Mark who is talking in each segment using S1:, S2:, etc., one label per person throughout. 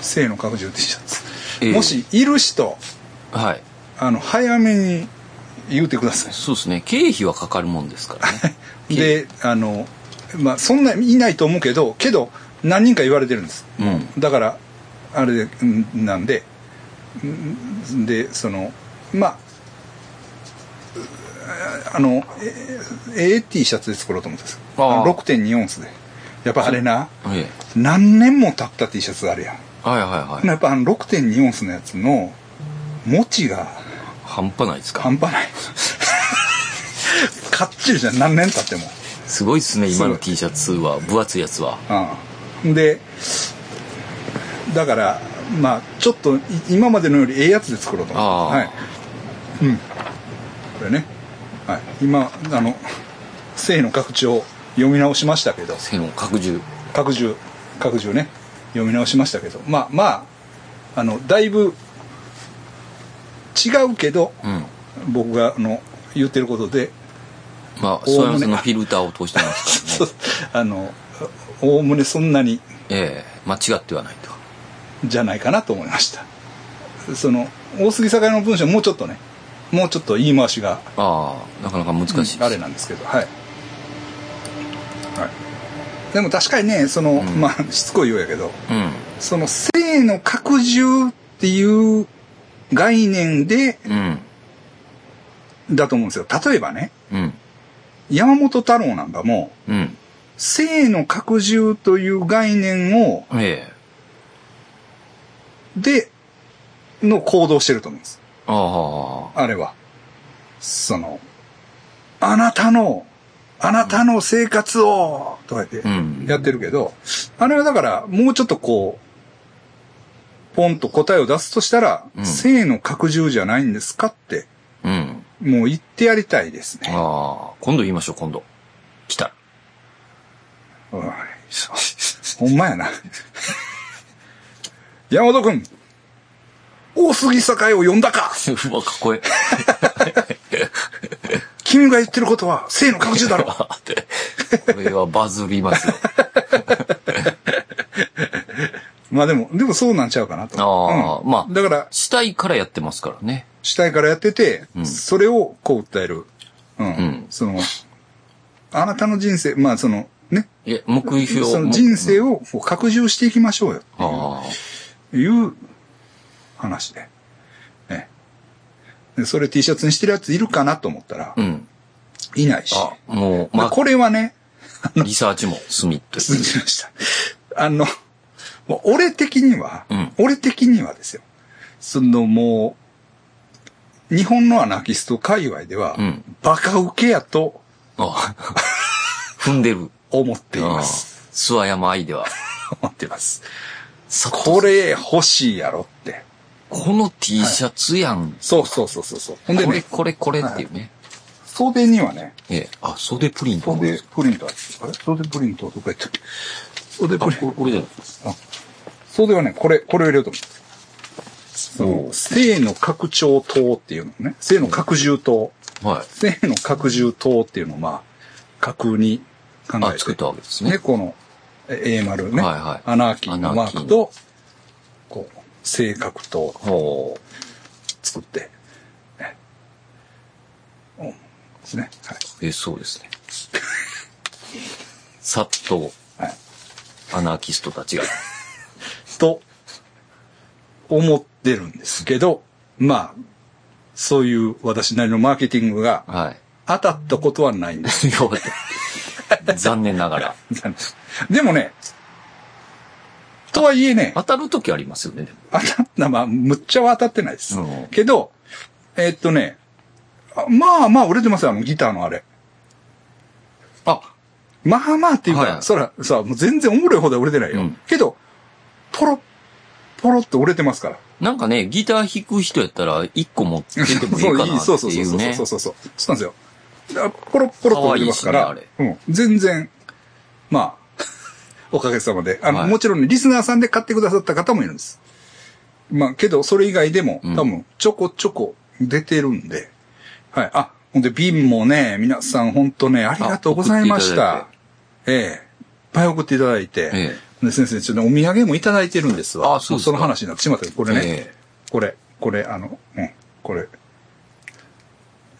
S1: 性の拡充 T シャツ、
S2: ええ
S1: もしいる人
S2: はい
S1: あの早めに言うてください
S2: そうですね経費はかかるもんですか らね
S1: であのまあそんないないと思うけどけど何人か言われてるんです、
S2: うん
S1: だからあれでんなんでんでそのまああのええ AT シャツで作ろうと思ってます
S2: ああ
S1: あの6.2オンスでやっぱあれな
S2: え
S1: 何年も経った T シャツあるやん
S2: えはいはいはい
S1: やっぱあの6.2オンスのやつの持ちが
S2: 半端ないですか
S1: 半端ないかっちりじゃん何年経っても
S2: すごいですね今
S1: すご
S2: の
S1: い
S2: T シャツは分厚いやつは
S1: うん、でだからまあちょっとい今までのよりええやつで作ろうと思
S2: ああ
S1: ってはいうん、これね、はい、今あの性の拡張読み直しましたけど
S2: 性能拡充
S1: 拡充拡充ね読み直しましたけどまあまああのだいぶ違うけど、
S2: うん
S1: 僕があの言ってることで
S2: まあ
S1: おおむね
S2: そういうのフィルターを通してますからね
S1: あのおおむねそんなに
S2: ええ間違ってはないと
S1: じゃないかなと思いましたその大杉栄の文章もうちょっとねもうちょっと言い回しが
S2: ああなかなか難しいです、
S1: あれなんですけどはい、はい、でも確かにねその、まあしつこいようやけど
S2: うん
S1: その性の拡充っていう概念で
S2: うん
S1: だと思うんですよ例えばね
S2: うん
S1: 山本太郎なんかも
S2: うん
S1: 性の拡充という概念を
S2: ええ
S1: での行動してると思うんです
S2: ああ
S1: あれは。その、あなたの、あなたの生活を、とか言って
S2: うん
S1: やってるけど、あれはだから、もうちょっとこう、ポンと答えを出すとしたら、
S2: うん
S1: 性の拡充じゃないんですかって、
S2: うん
S1: もう言ってやりたいですね。
S2: ああ今度言いましょう今度来たら
S1: お いほんまやな。山本くん、大杉栄を呼んだか
S2: うわ、かっこいい。
S1: 君が言ってることは性の拡充だろ
S2: って。これはバズりますよ。
S1: まあでも、でもそうなんちゃうかなと。
S2: ああ
S1: うん
S2: まあ
S1: だから、
S2: したいからやってますからね。
S1: 主体からやってて、
S2: うん
S1: それをこう訴える。うん。
S2: ん
S1: その、あなたの人生、まあその、ね、
S2: いや、目標
S1: その人生をこう拡充していきましょうよっていう
S2: ああ。
S1: いう話で。ね。でそれ T シャツにしてるやついるかなと思ったら
S2: う、ん。
S1: いないし。
S2: あ、もう、
S1: まあ
S2: ま、
S1: これはね、
S2: リサーチも済みって。
S1: 続きました。あの、もう俺的には、
S2: うん
S1: 俺的にはですよ。そのもう、日本のアナキスト界隈では、
S2: うん
S1: バカウケやと
S2: ああ 踏んでる。
S1: 思ってい
S2: ああ
S1: ます。
S2: 諏訪山愛では。
S1: 思ってます。
S2: さ
S1: これ欲しいやろって。
S2: この T シャツやん。
S1: そうそうそうそうそう。ほんで
S2: これ、
S1: ね、
S2: これ、これっていうね。
S1: 袖にはね、
S2: ええ。あ、袖プリント。
S1: 袖プリントあるあれ袖プリントどこやったっけ袖
S2: あ、
S1: プ
S2: こ
S1: リント。
S2: れ、これじゃない。
S1: 袖はね、これ、これを入れると思う。そう。性の拡張灯っていうのね。性の拡充灯。
S2: は
S1: 性の拡充灯っていうのをまあ、架空に考えて。
S2: あ作ったわけですね
S1: ね、この、え A 丸ね。
S2: はいはい
S1: アナーキーのマークと、こう、性格灯
S2: い。ほ
S1: 作って、ね。うんですね。は
S2: う。ええ、そうです ね。さっと、
S1: い。はい。
S2: アナーキストたちが。
S1: と、思ってるんですけど、まあ、そういう私なりのマーケティングが
S2: はい。
S1: 当たったことはないんです。
S2: よかった残念ながら。
S1: でもね、とはいえね、
S2: 当たるときありますよね。でも
S1: 当たった、まあ、むっちゃは当たってないです。
S2: うん
S1: けど、えーっとね、あまあまあ売れてますよ、あのギターのあれ。
S2: あ、
S1: まあまあっていうか、
S2: はい
S1: そら、さ、もう全然おもろいほどは売れてないよ。
S2: うん
S1: けど、ポロッ、ポロッと売れてますから。
S2: なんかね、ギター弾く人やったら、一個持っててもいいかなって
S1: そうそう
S2: い
S1: そう
S2: う
S1: そう
S2: ね。
S1: そうそうそう。そうなんですよ。だからポロッポロッと売れてますから、
S2: 可愛いしね
S1: うん、全然、まあ、おかげさまで。あの、
S2: はい
S1: もちろんねリスナーさんで買ってくださった方もいるんです。まあ、けど、それ以外でも、
S2: うん
S1: 多分、ちょこちょこ出てるんで、はい。あ、ほんで、瓶もね、皆さん本当ね、ありがとうございまし。
S2: あ送った
S1: ええ。いっぱい送っていただいて、
S2: ええ
S1: で先生、ちょっとお土産もいただいてるんですわ。
S2: あそうですか
S1: その話になってしまったけど、これね、
S2: え
S1: これ、これ、あの、うん、これ。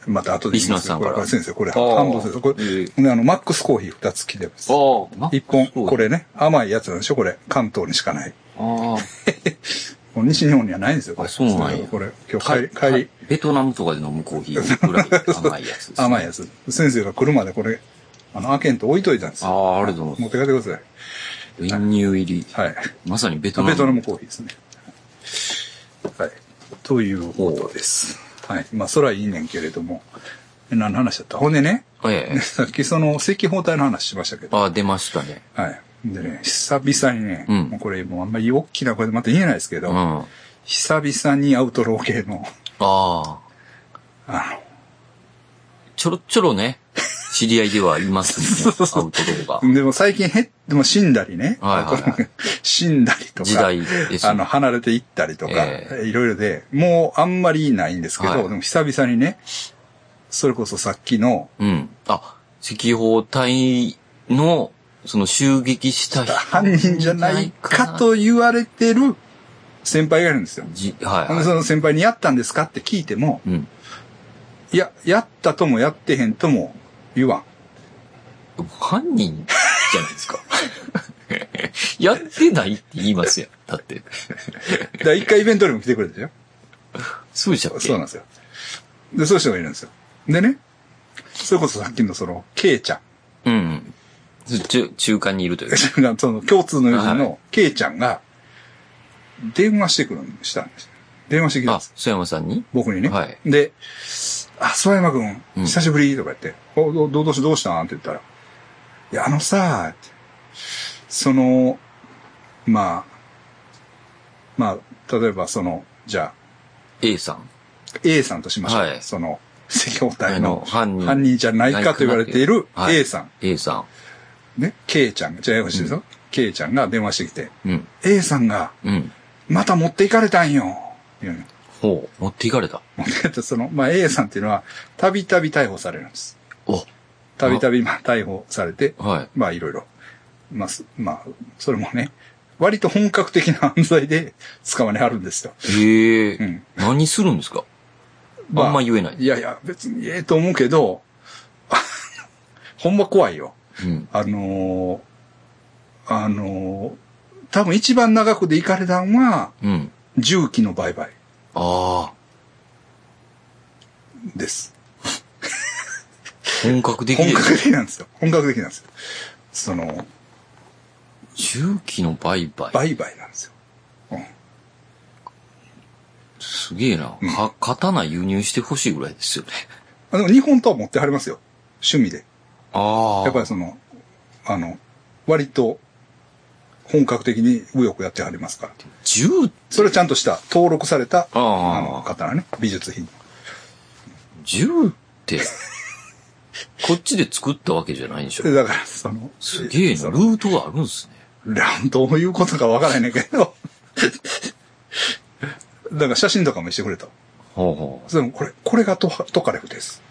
S1: また後で言いますけど
S2: リスナーさんから
S1: これこれ先生、これ、
S2: あー
S1: 半分先生、これ、
S2: え
S1: ねあの、マックスコーヒー二つ切れます
S2: あ。あ
S1: 一本、こ
S2: れ。
S1: れね、甘いやつなんでしょこれ、関東にしかない。
S2: あ
S1: もう西日本にはないんですよ、これ。
S2: あそうなんや
S1: これ、
S2: あ。
S1: 今日帰り、帰り、
S2: ベトナムとかで飲むコーヒーぐらい甘いやつです、
S1: 甘い
S2: や
S1: やつ。先生が来るまでこれ、あの、開けんと置いといたんです
S2: あ
S1: よ。
S2: あ、ありがとうござい
S1: 持
S2: ま
S1: って帰ってください。
S2: す。練乳入り。
S1: はい。
S2: まさにベトナム。
S1: ベトナムコーヒーですね。はい。ということです。はい。まあ、それはいいねんけれども。え何の話だったほんでね、
S2: ええ。
S1: さっきその、赤包帯の話しましたけど。
S2: ああ、出ましたね。
S1: はい。でね、久々にね、
S2: うん
S1: もうこれもうあんまり大きな声でまた言えないですけ
S2: う
S1: ど、
S2: ん。あ
S1: 久々にアウトロー系の、
S2: あ。
S1: あ
S2: ちょろちょろね、知り合いではい ますね。アウトローが。
S1: の、でも最近減っても死んだりね、
S2: はいはいはい
S1: 死んだりとか、
S2: 時代ですね
S1: あの、離れていったりとか、
S2: え
S1: いろいろで、もうあんまりないんですけど、
S2: はい
S1: でも久々にね、それこそさっきの、
S2: うん。あ、赤包隊の、その襲撃した人
S1: 犯人じゃないかと言われてる先輩がいるんですよ。
S2: じはい、
S1: ほんで
S2: は
S1: その先輩にやったんですかって聞いても、
S2: い。うん。
S1: いや、やったともやってへんとも言わん。
S2: 犯人じゃないですか。 やってないって言いますよ。だって。
S1: だから一回イベントにも来てくれたでしょ
S2: そうでしたっけ
S1: そうなんですよ。で、そういう人がいるんですよ。でね、それこそさっきのその、ケイちゃん。
S2: うん。中、中間にいるというか。
S1: その共通の友人
S2: は
S1: のケイちゃんが、電話してくるんしたんですよ。電話してきたん
S2: あ、
S1: です。
S2: 曽山さんに
S1: 僕にね。
S2: はい
S1: で、あ、曽山くん、
S2: うん
S1: 久しぶりとか言って、おどどうどうしどうしたんって言ったら、いや、あのさ、ってその、まあ、まあ、例えばその、じゃあ、
S2: ?A さん。
S1: A さんとしましょう。
S2: はい
S1: その、赤包
S2: あ
S1: 帯の
S2: 犯人。
S1: 犯人じゃないかと言われている
S2: はい
S1: A さん、
S2: A さ
S1: ね、K ちゃんが、じゃあよろしいですよ。K ちゃんが電話してきて、
S2: ん。うん。
S1: A さんが、
S2: うん。
S1: また持っていかれたんよ。いうね
S2: ほう。持っていかれた。
S1: 持ってかれた、その、まあ、A さんっていうのは、たびたび逮捕されるんです。
S2: お。
S1: たびたび、まあ、逮捕されて、
S2: はい。
S1: まあ、いろいろ。まあ、すまあ、それもね、割と本格的な犯罪で捕まりはるんですよ。
S2: へえ、
S1: うん
S2: 何するんですかあんま言えない
S1: いやいや、別にええと思うけど、 ほんま怖いよ。
S2: うん。
S1: あのーあのー多分一番長くで行かれたんは、
S2: うん。
S1: 重機の売買
S2: ああ。
S1: です。
S2: 本格的
S1: 本
S2: で。
S1: 格的なんですよ。本格的なんですよ。その、
S2: 重機の売買。
S1: 売買なんですよ。
S2: すげえな。か、刀輸入してほしいぐらいですよね。
S1: あでも日本刀持ってはりますよ。趣味で。
S2: ああ。
S1: やっぱりその、あの、割と本格的に右翼やってはりますから。
S2: 銃、
S1: それはちゃんとした登録された、
S2: ああ
S1: あの、刀ね。美術品。
S2: 銃って、こっちで作ったわけじゃないんでしょ
S1: で。だから、その、
S2: すげえな。ルートがあるんですね。
S1: どういうことかわからへんねんけど。 だから写真とかもしてくれた。
S2: ほうほう。
S1: それもこれ、これがトハトカレフです。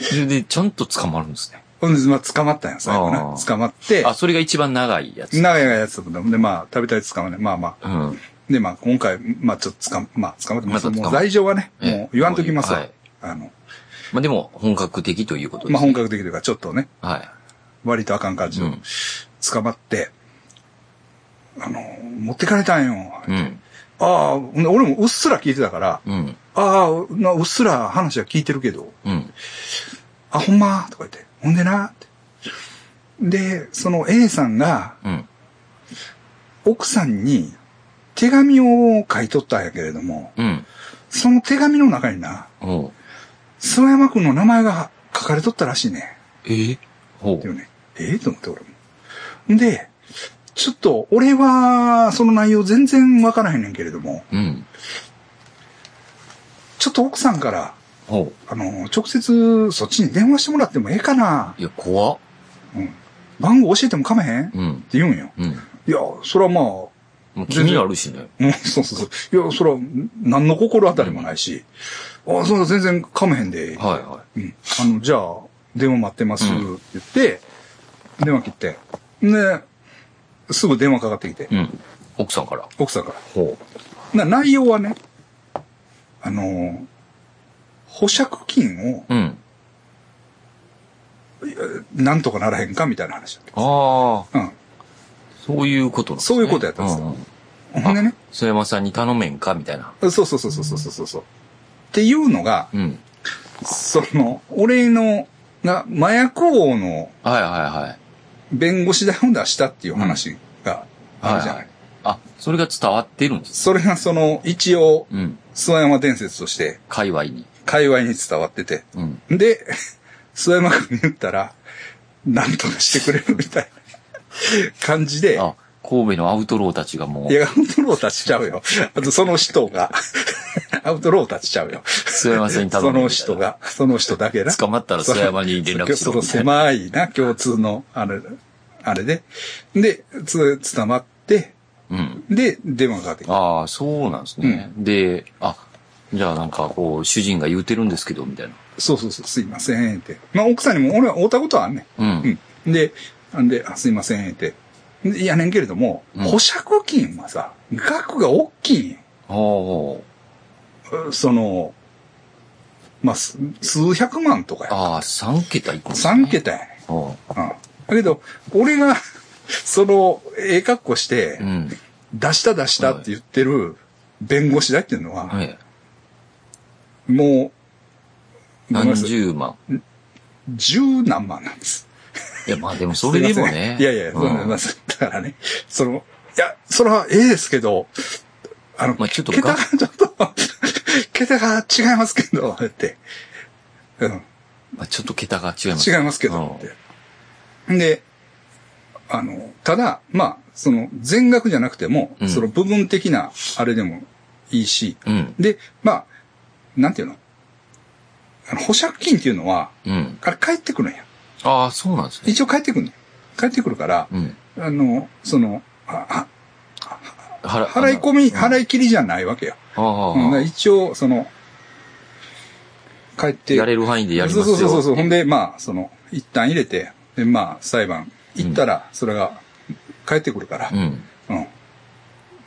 S2: それで、ちゃんと捕まるんですね。
S1: ほんで、まあ、捕まったんや、最後
S2: あ
S1: ね。
S2: ー
S1: 捕まって、
S2: あ、それが一番長いやつ。
S1: 長いやつだもんで、まあ、たびたび捕まない。まあまあ。
S2: うん。
S1: で、まあ、今回、まあ、ちょっと捕ま、まあ、捕まって
S2: ま
S1: ま
S2: た
S1: す。
S2: 捕ま
S1: もう、罪状はね、
S2: ええ
S1: もう言わんときますわ
S2: はい
S1: あの、
S2: まあでも、本格的ということで
S1: まあ、
S2: す。
S1: 本格的というか、ちょっとね、
S2: は
S1: 割とあかん感じ
S2: う
S1: の
S2: ん、
S1: 捕まって、あの、持ってかれたんよ。
S2: い。うん。
S1: ああ、ほんで俺もうっすら聞いてたから、
S2: うん。
S1: ああ、なうっすら話は聞いてるけど、
S2: うん。
S1: あ、ほんまとか言って、ほんでなって。で、その A さんが、
S2: うん。
S1: 奥さんに手紙を書いとったんやけれども、
S2: うん。
S1: その手紙の中にな、
S2: ほ
S1: 諏訪山くんの名前が書かれとったらしいね。
S2: う。えほ。
S1: っていううね。ええと思って俺も。んで、ちょっと、俺は、その内容全然わからへんねんけれども、
S2: うん。
S1: ちょっと奥さんから、
S2: ほ
S1: あの、直接そっちに電話してもらってもええかな
S2: う。いや、怖っ。
S1: うん。番号教えてもかまへん、っ
S2: うん。
S1: て言うんよ。
S2: うん。
S1: いや、それはまあ、
S2: もう気になるしね。
S1: うん、そうそうそう。いや、それは、何の心当たりもないし、あそんな全然噛めへんで、
S2: はいは
S1: うん。あの、じゃあ、電話待ってます、って言って、電話切って。で、すぐ電話かかってきて、
S2: うん。奥さんから。
S1: 奥さんから。
S2: ほ
S1: な内容はね、あのー保釈金を
S2: う。うん。
S1: なんとかならへんかみたいな話だっ
S2: ああ、
S1: た。うん。
S2: そういうことなんですね
S1: そういうことやったんですよ
S2: ううん
S1: ほんでね、
S2: 曽山さんに頼めんかみたいな。
S1: そうそうそうそうそうそうそう。っていうのが、
S2: うん。
S1: その、俺の、が、麻薬王の
S2: はいはいはい。
S1: 弁護士代を出したっていう話があるじゃない。
S2: はいはいあ、それが伝わってるんです。
S1: それがその、一応、
S2: うん。
S1: 諏訪山伝説として、
S2: 界隈に。
S1: 界隈に伝わってて。
S2: うん。
S1: で、諏訪山君に言ったら、なんとかしてくれるみたいな感じで、
S2: あ、神戸のアウトローたちがも、
S1: いうや、アウトローたちちゃうよ。あと、その人が、 アウトローたちちゃうよ。
S2: 諏訪山さんに頼
S1: そ
S2: めみた
S1: の
S2: いな
S1: 人。が、その人だけな。
S2: 捕まったら諏訪山に連絡し
S1: そ
S2: ろ
S1: の
S2: みたいな。
S1: 狭いな、共通の、あれ、あれで。で、つ、つたまって、
S2: うん。
S1: で、電話がかかってきた。
S2: ああ、そうなんですね。で、あ、じゃあなんかこう、主人が言うてるんですけど、みたいな。
S1: そうそうそう、すいません、って。まあ、奥さんにも、俺は会うたことはあんね
S2: うん。
S1: ん。うん。で、んで、あすいません、って。でいやねんけれども、
S2: うん
S1: 保釈金はさ、額が大きいんよ
S2: ほ
S1: その、まあ、す数百万とかや。
S2: うああ、3桁いくんですね
S1: 3。桁やねん。
S2: ほ
S1: うん。だけど、俺が、 その、ええ格好して
S2: う。う、ん。
S1: 出した出したって言ってる弁護士だっていうのは、
S2: ええ。
S1: もう、ごめん
S2: 何
S1: なさい
S2: 十万。
S1: 十何万なんです。
S2: いや、まあでもそれでも
S1: すいませ
S2: ね
S1: ん。いやいや、
S2: う
S1: そうなん
S2: ん
S1: で。す。だからね、その、いや、それはええですけど、あの、
S2: まあちょっと
S1: 桁
S2: が
S1: が、ちょっと、 桁が違いますけど、って。うん。
S2: まあちょっと桁が違います。
S1: 違いますけどって。で、あの、ただ、まあ、その全額じゃなくても、
S2: うん
S1: その部分的なあれでもいいし、
S2: うん。
S1: で、まあ、なんていうのあの保釈金っていうのは、
S2: うん。
S1: あれ返ってくるんや。
S2: ああ、そうなんですね。
S1: 一応返ってくるんや。返ってくるから、
S2: うん。
S1: あの、その、あ
S2: 払
S1: あ払い込み、払い切りじゃないわけよ。
S2: ああ
S1: うんだから
S2: あああ。
S1: 一応、その、返って、
S2: やれる範囲でやります
S1: そう
S2: よ。
S1: そうそうそう。ほんで、まあ、その、一旦入れて、で、まあ、裁判行ったら、それが返ってくるから
S2: う、ん。
S1: うん。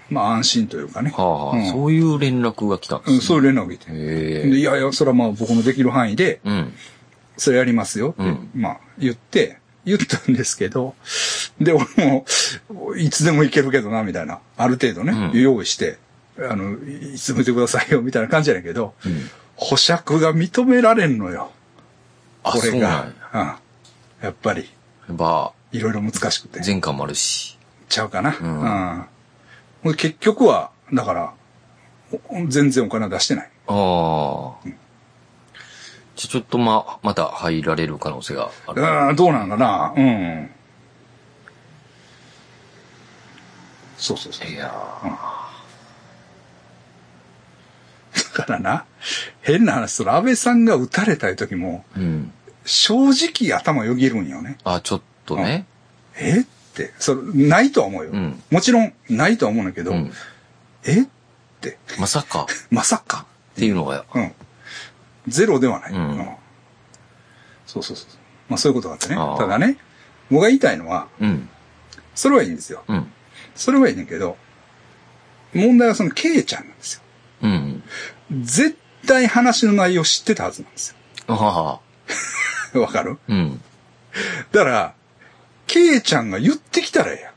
S1: まあ、安心というかね。
S2: はあ、
S1: うん
S2: そういう連絡が来たんです、
S1: う
S2: ね
S1: ん、そういう連絡が来て。
S2: へ
S1: で
S2: え。
S1: いやいや、それはまあ、僕のできる範囲で、
S2: うん。
S1: それやりますよって、
S2: うん
S1: まあ、言って、言ったんですけど、で、俺も、いつでも行けるけどな、みたいな、ある程度ね、
S2: うん
S1: 用意して、あの、いつでも行ってくださいよ、みたいな感じやねんけど、
S2: うん。
S1: 保釈が認められんのよ。
S2: あ、
S1: こ
S2: そ
S1: れ
S2: う
S1: が。
S2: な
S1: うん
S2: や。
S1: やっぱり、
S2: やっぱ、
S1: いろいろ難しくて。
S2: 前科もあるし。
S1: ちゃうかな。
S2: うん
S1: うん。結局は、だから、お全然お金は出してない。
S2: ああ。じゃ、ちょっとま、また入られる可能性がある。
S1: うん、どうなんかな。うん。そうそうそう。
S2: いや
S1: だからな、変な話する。安倍さんが撃たれたい時も、
S2: ーうん。
S1: 正直頭よぎるんよね。
S2: あ、ちょっとね。
S1: えって。それ、ないとは思うよ。
S2: うん
S1: もちろん、ないとは思うんだけど、
S2: うん。
S1: えって、
S2: まさか、っ
S1: まさか。
S2: ていうのが、
S1: うん。ゼロではない。
S2: うん
S1: そうそうそう。まあそういうことがあってね。
S2: あー
S1: ただね、僕が言いたいのは、
S2: うん。
S1: それはいいんですよ。
S2: うん。
S1: それはいいねんだけど、問題はそのケイちゃんなんですよ。
S2: うん。
S1: 絶対話の内容知ってたはずなんです
S2: ああ。
S1: よ。わ かる
S2: うん。
S1: だから、ケイちゃんが言ってきたらえ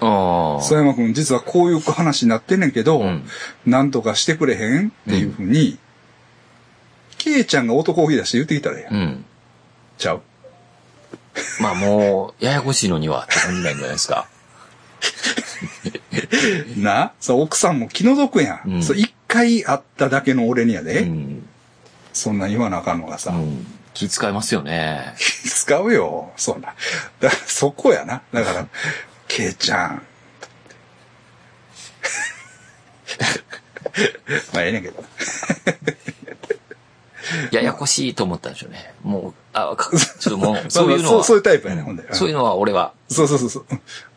S1: えやん。
S2: ああ。
S1: 曽山君実はこういう話になってんねんけど、
S2: うん
S1: なんとかしてくれへんっていうふうに、ケイちゃんが男気出して言ってきたらええやん。
S2: うん。
S1: ちゃう
S2: まあもう、ややこしいのにはって感じなんじゃないですか。
S1: な、そう奥さんも気の毒やん。
S2: うん
S1: そう一回会っただけの俺にやで、
S2: うん。
S1: そんなん言わなあかんのがさ、
S2: うん。気遣いますよね。
S1: 使うよ、そんな。だからそこやな。だ から、ケイちゃん。 まあええねんけど。
S2: ややこしいと思ったんでしょうね。もう、あ、かちょっともう、そういう
S1: まあま
S2: の
S1: あそうそう
S2: は、そ
S1: いうタイプやね、ほんで。
S2: ういうのは俺は、
S1: そうそうそうそう。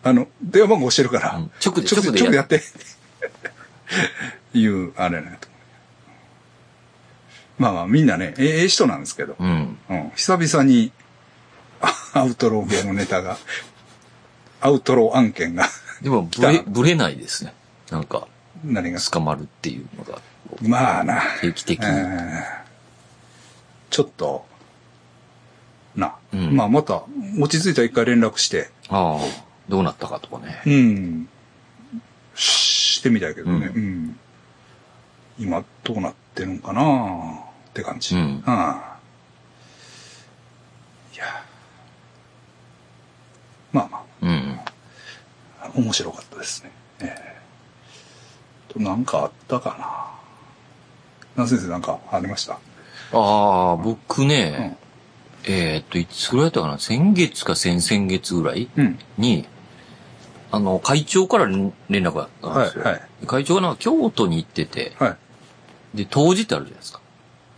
S1: あの、電話番号教えるから、
S2: うん直で
S1: 直
S2: 直
S1: で
S2: でや
S1: 直でやって。 いう、あれやねと。まあまあ、みんなね、ええええ人なんですけど。
S2: うん。
S1: うん、久々にアウトロー系のネタが、アウトロー案件が、
S2: でも、ブレ、ブレないですね。なんか、
S1: 何が、
S2: 捕まるっていうのが、
S1: まあな、
S2: 定期的
S1: え
S2: に。
S1: ーちょっと、な、
S2: うん
S1: まあまた、落ち着いたら一回連絡して、
S2: ああ、どうなったかとかね。
S1: うん、してみたいけどね、
S2: う
S1: うん今どうなってるんかなって感じ。
S2: うん
S1: ああいや、まあまあ、
S2: うん。
S1: 面白かったですね。ええと、なんかあったかな。な先生なんかありました
S2: ああ、僕
S1: うん
S2: ね、えーっと、いつぐらいだったかな先月か先々月ぐらい
S1: うん。
S2: に、あの、会長から連連絡があったん
S1: は
S2: で
S1: い、
S2: すよ。
S1: はい、
S2: 会長がなんか京都に行ってて、
S1: はい。
S2: で、当時ってあるじゃないですか。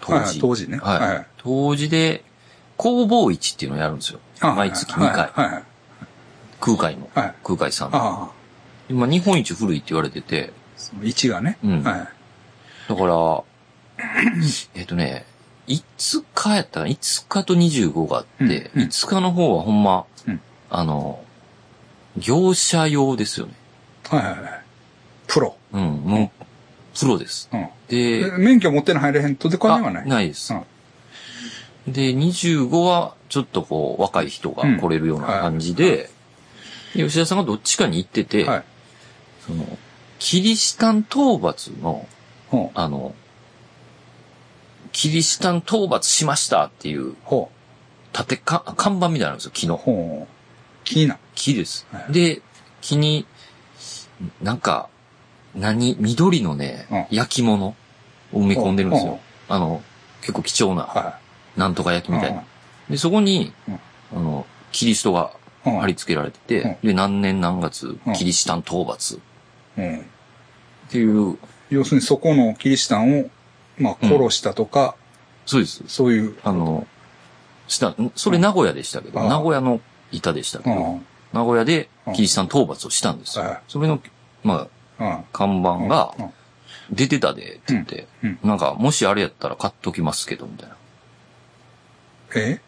S2: 当
S1: はいはい
S2: 時。
S1: 当時ねはいは
S2: はいい。当時で、工房市っていうのをやるんですよ。
S1: あ
S2: 毎月
S1: はい
S2: 2回。
S1: はい、はい。
S2: 空海の
S1: はい。
S2: 空海さんの。
S1: ああ、
S2: 今、日本一古いって言われてて、
S1: その1がね。
S2: うん
S1: はい。
S2: だから、えっとね、5日やったら、5日と25があって、
S1: うんうん
S2: 5日の方はほんま、
S1: うん
S2: あの、業者用ですよね。
S1: はいはいはい。プロ。
S2: うん、もう、プロです。
S1: うん。
S2: で、
S1: え免許持ってない入れへんとでかではない。
S2: あないです
S1: うん。
S2: で、25は、ちょっとこう、若い人が来れるような感じで、で吉田さんがどっちかに行ってて、
S1: はい。
S2: その、キリシタン討伐の、
S1: ほう。
S2: あの、キリシタン討伐しましたっていう、
S1: ほ
S2: 縦か、看板みたいなのあるんですよ、木
S1: う。
S2: の。
S1: ほう。気になる。
S2: 木です
S1: は。
S2: で、木に、なんか、何、緑のね、
S1: う
S2: 焼き物を埋め込んでるんです
S1: ほう
S2: よ。あの、結構貴重な、
S1: は
S2: なんとか
S1: い。
S2: 焼きみたいな。で、そこに
S1: うん、
S2: あの、キリストが
S1: うん。うん
S2: 貼り付けられてて、で、何年何月
S1: うん、
S2: キリシタン討伐っ
S1: うん。
S2: ていう、
S1: 要するにそこのキリシタンを、まあ、殺したとか、
S2: そうです。
S1: そういう。
S2: あの、した、んそれ名古屋でしたけど、
S1: うん
S2: 名古屋の板でしたけ
S1: う
S2: ど、
S1: ん。うん。
S2: 名古屋で
S1: うん
S2: キリシタン討伐をしたんですよ
S1: はい。
S2: それの、ま
S1: うん
S2: あ、看板が
S1: うん、
S2: 出てたで、って言って
S1: うん、
S2: なんか、もしあれやったら買っときますけど、みたいな。
S1: え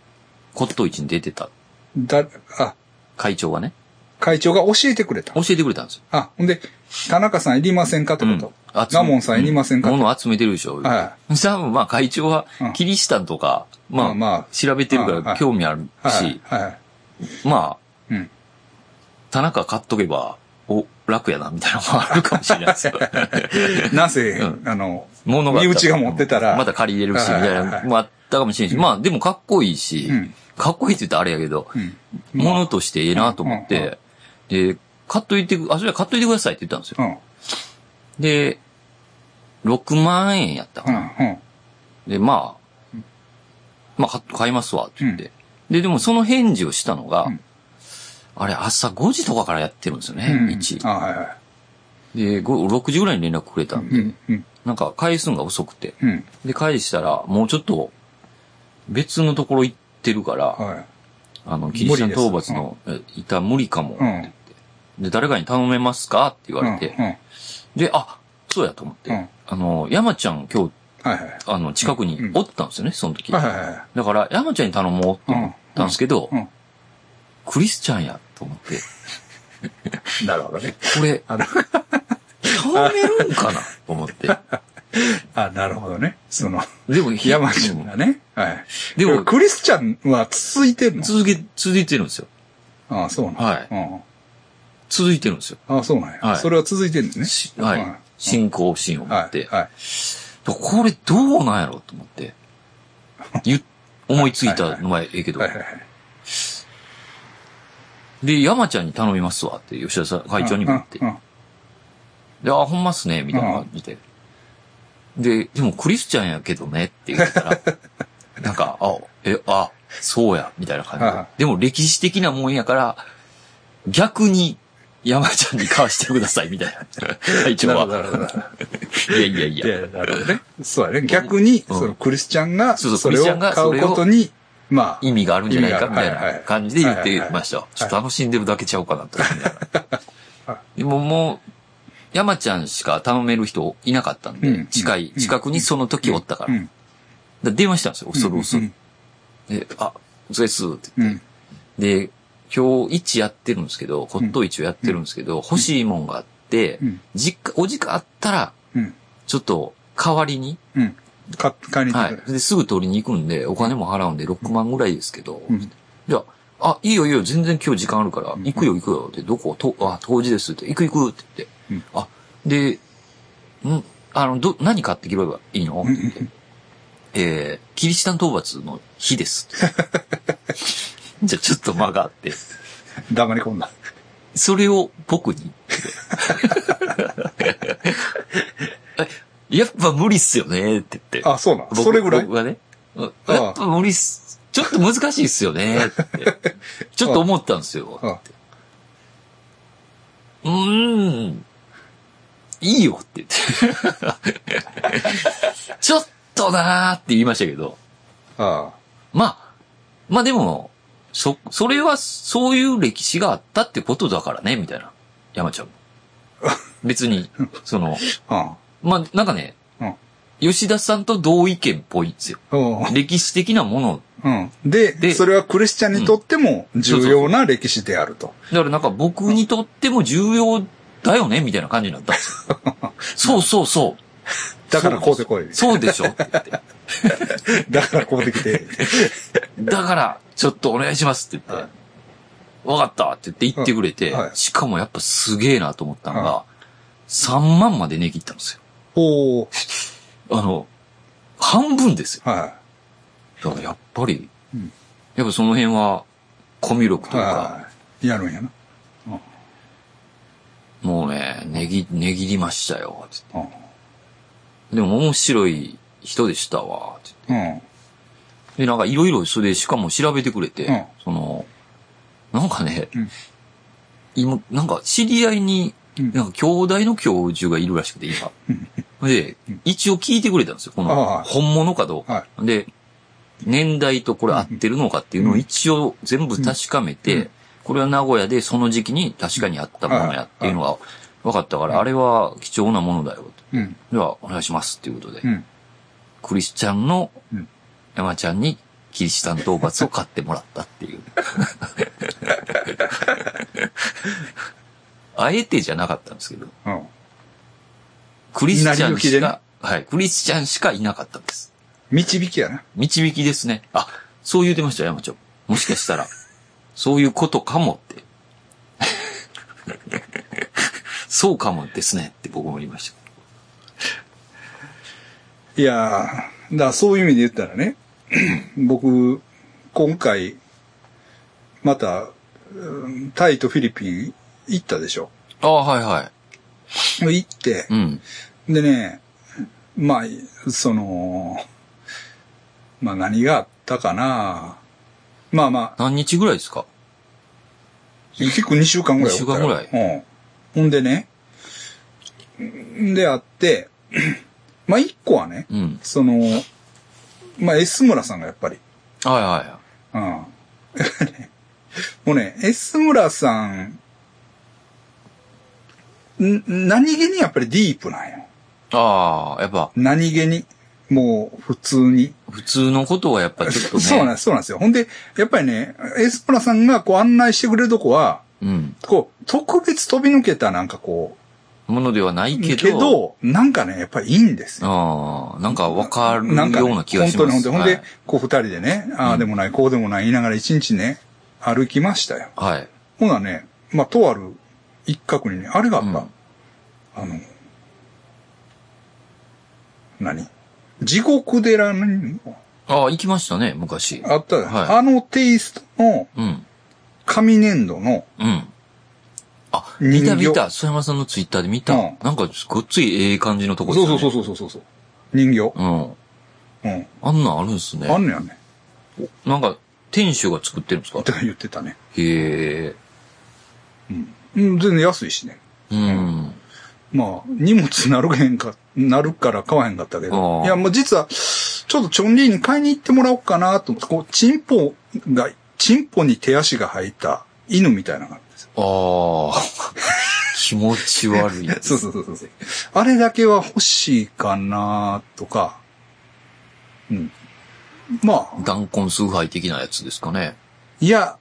S2: 骨董市に出てた
S1: だ、あ、
S2: 会長がね、
S1: 会長が教えてくれた。
S2: 教えてくれたんですよ。
S1: あ、ほんで、田中さんいりませんかって
S2: う
S1: こ
S2: ん
S1: と。
S2: 集め
S1: ガモンさんいりませんか
S2: うん物集めてるでしょ。
S1: は
S2: 多分まあ会長は
S1: うん
S2: キリシタンとか、
S1: ま
S2: ま
S1: あ
S2: あ
S1: まあ
S2: 調べてるか
S1: うんは
S2: ら
S1: い
S2: 興味ある
S1: はい
S2: し、。
S1: はい。
S2: まあ、
S1: うん
S2: 田中買っとけば、お、楽やな、みたいなのもあるかもしれないですよ。
S1: なぜ、
S2: う
S1: あの、
S2: 物があったら。
S1: 身内が持ってたら
S2: また借りれるし、み
S1: はいはい
S2: た
S1: はい
S2: いなのもあったかもしれないし、まあでもかっこいいし、
S1: うん
S2: かっこいいって言ったらあれやけど、
S1: うん。
S2: 物としてええなと思っ
S1: うんうん
S2: て、で、買っといてく、あ、それは買っといてくださいって言ったんですよ。
S1: うん。
S2: で、6万円やったか
S1: う
S2: な。
S1: ん。うん。
S2: で、まあ、まあ買っ、買いますわ、って言って。で、でもその返事をしたのが、
S1: うん
S2: あれ、朝5時とかからやってるんですよね、
S1: うん
S2: 一
S1: あ、はいは
S2: で、ご6時ぐらいに連絡くれた
S1: い。
S2: ん
S1: う
S2: で、
S1: ん。うん。
S2: なんか返すんが遅くて。
S1: うん。
S2: で、返したら、もうちょっと、別のところ行ってるから、
S1: は
S2: あの、キリシタン討
S1: 無理です
S2: 伐の、えいた無理かも、って
S1: うん
S2: 言って、で、誰かに頼めますかって言
S1: い。
S2: われて、
S1: うん。うん
S2: で、あ、そうやと思って、
S1: うん
S2: あの、山ちゃん今日、
S1: はいはい。
S2: あの、近くに
S1: うん
S2: おったんですよね、その時。
S1: はいはいは
S2: だから、山ちゃんに頼もうと思ったんですけど、
S1: うんうん
S2: クリスチャンやと思って、
S1: い。なるほどね。
S2: これ、
S1: あの
S2: 頼めるんかなと思って。
S1: あ、なるほどね。その、
S2: でも、
S1: 山ちゃんがね。はい。
S2: でも、
S1: クリスチャンは続いてるの
S2: 続け、続いてるんですよ。
S1: ああ、そうなの。
S2: はい
S1: うん。
S2: 続いてるんですよ。
S1: ああ、そうなん
S2: は
S1: や。
S2: い
S1: それは続いてるんです
S2: し
S1: ね。
S2: は
S1: うん
S2: い。信仰心を持
S1: は
S2: って。
S1: い。はい。
S2: これどうなんやろうと思って。言っ思いついたのはええけど
S1: は。いはいはい。
S2: で、山ちゃんに頼みますわって吉田さん、会長にも言って
S1: う。ん
S2: で、あ、ほんまっすね、みたいな感じで。で、でもクリスチャンやけどねって 言ったら、なんか、あ、え、あ、そうや、みたいな感じ
S1: はい
S2: で。でも歴史的なもんやから、逆に山ちゃんに買わしてください、みたいな。 会長
S1: なるほど、な
S2: は。
S1: るほど。
S2: いやいやいや
S1: い。や、なるほどね。 そうだね。逆に、
S2: うん
S1: そのクリスチャンが、
S2: そうそう
S1: それ
S2: クリスチ
S1: を
S2: ャンが
S1: 買
S2: そうれを
S1: ことに、まあ、
S2: 意味があるんじゃないか
S1: 意
S2: み
S1: 味があ
S2: た
S1: る
S2: い
S1: はいは
S2: ない感じで言ってましたよ。
S1: い
S2: ちょっと楽しんでるだけちゃうかなと思いなが
S1: はい
S2: ら。でももう、山ちゃんしか頼める人いなかったん
S1: う
S2: で
S1: ん、
S2: 近い、近くにその時おったから。
S1: う
S2: だか
S1: ん。
S2: ら電話したんですよ、恐る恐
S1: う
S2: る
S1: ん。。
S2: で、あ、そうですって
S1: う
S2: 言っ
S1: ん
S2: て。。で、今日一やってるんですけど、骨董市をやってるんですけど、欲しいもんがあって、
S1: うん
S2: 実家、お時間あったら、
S1: うん。
S2: ちょっと代わりに、
S1: うん。か、買いに行っ
S2: は
S1: てくれ
S2: い。で、すぐ取りに行くんで、お金も払うんで、6万ぐらいですけど、
S1: うん
S2: じゃあ、あ、いいよいいよ、全然今日時間あるから、
S1: ん
S2: 行くよ行くよって、どこと、あ、当時ですって、行く行くって言って、あ、で、ん、あの、ど、何買ってきればいいのって言って、えー、キリシタン討伐の日ですって。 じゃあちょっと間があって、
S1: 黙り込んだ。
S2: それを僕 に。 えやっぱ無理っすよねって言って。
S1: あ、そうなん。
S2: 僕
S1: それぐらい
S2: 僕。がね。うん
S1: ああ
S2: やっぱ無理っす。ちょっと難しいっす よねって。ちょっと思ったんですよ。
S1: あ
S2: うーん。いいよって言って。 ちょっとなーって言いましたけど。
S1: あ。
S2: まあ、まあでも、そ、それはそういう歴史があったってことだからね、みたいな。山 ちゃんも。別に、その、
S1: あ
S2: まあなんかね、
S1: あ。
S2: 吉田さんと同意見っぽいんですよ。
S1: うん。うん。
S2: 歴史的なもの。
S1: うん。で、
S2: で
S1: それはクリスチャンにとっても重要な歴史であると。
S2: だからなんか僕にとっても重要だよね、みたいな感じになったんですよ。 そうそうそう。
S1: だからこうでこい。
S2: そうで しょって言って。
S1: だからこうでき て。
S2: だから、ちょっとお願いしますって言っ
S1: は
S2: て。わかったって言って言ってくれて
S1: はいは、い
S2: しかもやっぱすげえなと思ったのが
S1: は、
S2: 3万まで値切ったんです
S1: おー。
S2: よ。あの、半分ですよ。
S1: は
S2: だからやっぱり
S1: うん、
S2: やっぱその辺は、コミュ力
S1: い。
S2: というか、
S1: はい。やるんやな。
S2: もうね、値切、値切りましたよ。つっ
S1: うん
S2: てでも面白い人でしたわ。つって
S1: うん。
S2: で、なんかいろいろそれでしかも調べてくれて、
S1: うん
S2: その、なんかね、
S1: うん
S2: 今、なんか知り合いに、
S1: うん
S2: なんか兄弟の教授がいるらしくて、今。で、一応聞いてくれたんですよ、こ
S1: あ
S2: の
S1: はい
S2: 本物かどうか。
S1: は
S2: で、年代とこれ合ってるのかっていうのを一応全部確かめて、これは名古屋でその時期に確かにあったものやっていうのが分かったから、あれは貴重なものだよと。
S1: うん。
S2: では、お願いしますっていうことで。
S1: うん。
S2: クリスチャンの
S1: うん
S2: 山ちゃんにキリシタン討伐を買ってもらったって いう。あえてじゃなかったんですけど、
S1: うん。
S2: クリスチャンし
S1: 成り行きでね
S2: か、はい、クリスチャンしかいなかったんです。
S1: 導きやな。
S2: 導きですね。あ、そう言ってました、山ちゃん。もしかしたら、そういうことかも って。そうかもですねって僕も言いました。
S1: いやー、だからそういう意味で言ったらね、 僕、今回、また、うんタイとフィリピン行ったでしょ。
S2: ああ、はいはい。
S1: 行って
S2: う、ん。
S1: でね、まあ、その、まあ何があったかなまあまあ、
S2: 何日ぐらいですか
S1: 結構2週間ぐらいおったよ。
S2: 二週間ぐ
S1: うん。ほんでね、んであって、まあ一個はね、
S2: うん。
S1: その、まあ S 村さんがやっぱり、
S2: はいはいはい。
S1: うん。 もうね、S 村さん、ん何気にやっぱりディープなんよ。
S2: ああ、やっぱ、
S1: 何気に。もう、普通に。
S2: 普通のことはやっぱちょっと ね。
S1: そうなんです、そうなんですよ。ほんで、やっぱりね、S 村さんがこう案内してくれるとこは、
S2: うん。
S1: こう、特別飛び抜けたなんかこ、
S2: ものではないうけど、
S1: けど、なんかね、やっぱりいいんですよ。
S2: ああ、なんかわかる
S1: なんかね
S2: ような気がし
S1: 本当に
S2: ま
S1: 本
S2: す。
S1: 当に。ほん
S2: は
S1: で、
S2: い
S1: こう二人でね、ああでもない、こうでもない言いながら一日ね、歩きましたよ。
S2: はい。
S1: ほなね、まあ、とある一角にね、あれがあった。
S2: うん
S1: あの、何地獄寺に
S2: ああ、行きましたね、昔。
S1: あった、
S2: はい
S1: あのテイストの
S2: うん。
S1: 紙粘土の、
S2: うん。あ、
S1: 人形
S2: 見た見た。曽山さんのツイッターで見た。
S1: うん
S2: なんか、ごっついええ感じのとこ
S1: そうそうそううそうそうそう、人形。
S2: そう。うん。
S1: うん。
S2: あんなんあるんす
S1: あ
S2: ね。
S1: んのやね。
S2: なんか、店主が作ってるんですか
S1: って言ってたね。
S2: へえ。
S1: うん、全然安いしね。
S2: うん。
S1: まあ、荷物なるへんか、なるから買わへんかったけ
S2: あ
S1: ど。
S2: あ
S1: いや、もう実は、ちょっとチョンリーに買いに行ってもらおうかなと思って、こう、チンポが、チンポに手足が生えた犬みたいなのがあるんですよ。
S2: ああ。 気持ち悪い。
S1: そうそうそうそう。あれだけは欲しいかなとか。うん。まあ、
S2: 弾痕崇拝的なやつですかね。
S1: いや、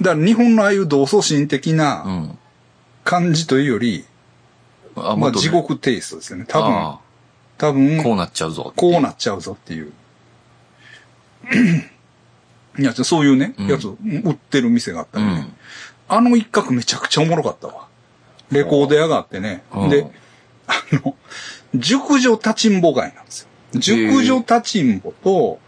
S1: だから日本のああいう同祖神的
S2: う。
S1: なん感じというより、
S2: あ
S1: まあ
S2: もっとね
S1: 地獄テイストですよね。多分
S2: あ、
S1: 多
S2: あ
S1: 分、
S2: こうなっちゃうぞ。
S1: こうなっちゃうぞっていう。いや、そういうね、
S2: うん
S1: やつを売ってる店があった
S2: う
S1: りね。
S2: ん。
S1: あの一角めちゃくちゃおもろかったわ。レコード屋があってね
S2: うん。
S1: で、あの、熟女立ちんぼ街なんですよ。熟女立ちんぼと、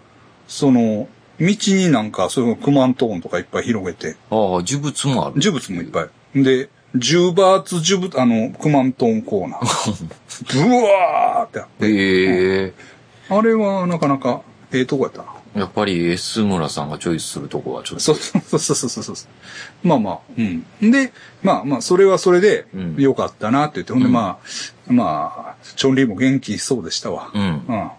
S1: その、道になんか、そのクマントーンとかいっぱい広げて、
S2: ああ、呪物もある。
S1: 呪物もいっぱい。で、10バーツ呪物、あの、クマントーンコーナー。 ブワーってあって。
S2: ええ
S1: あれはなかなか、ええとこやったな。
S2: やっぱり S 村さんがチョイスするとこはちょっと。
S1: そうそうそうそうそうそうそう。まあまあ、うん。で、まあまあ、それはそれで
S2: うん、
S1: 良かったなって言って、ほんで
S2: うん
S1: まあ、まあ、チョンリーも元気そうでしたわ
S2: う。ん。あ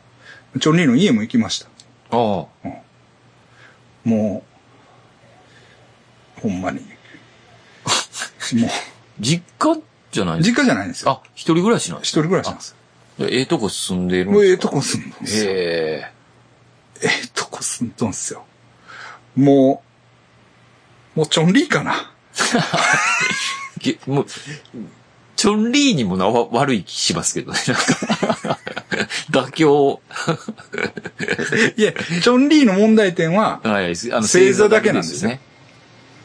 S1: うん。チョンリーの家も行きました。
S2: あ。
S1: もう、ほんまに。も、
S2: 実家じゃ ないう
S1: 実家じゃないんですよ。
S2: あ、一人暮らしなんで
S1: 一
S2: す
S1: 人暮らしなんですよ。
S2: かええとこ住んでいるん
S1: もう
S2: で
S1: ええ
S2: すか
S1: とこ住んどんすよ。
S2: ええ
S1: ええとこ住んどんすよ。もう、もうチョンリーかな。
S2: げもう、チョンリーにもなわ悪い気しますけどね、なんか。 妥協。
S1: いや、チョンリーの問題点は、
S2: はい、あの
S1: 正座だけなんですよ。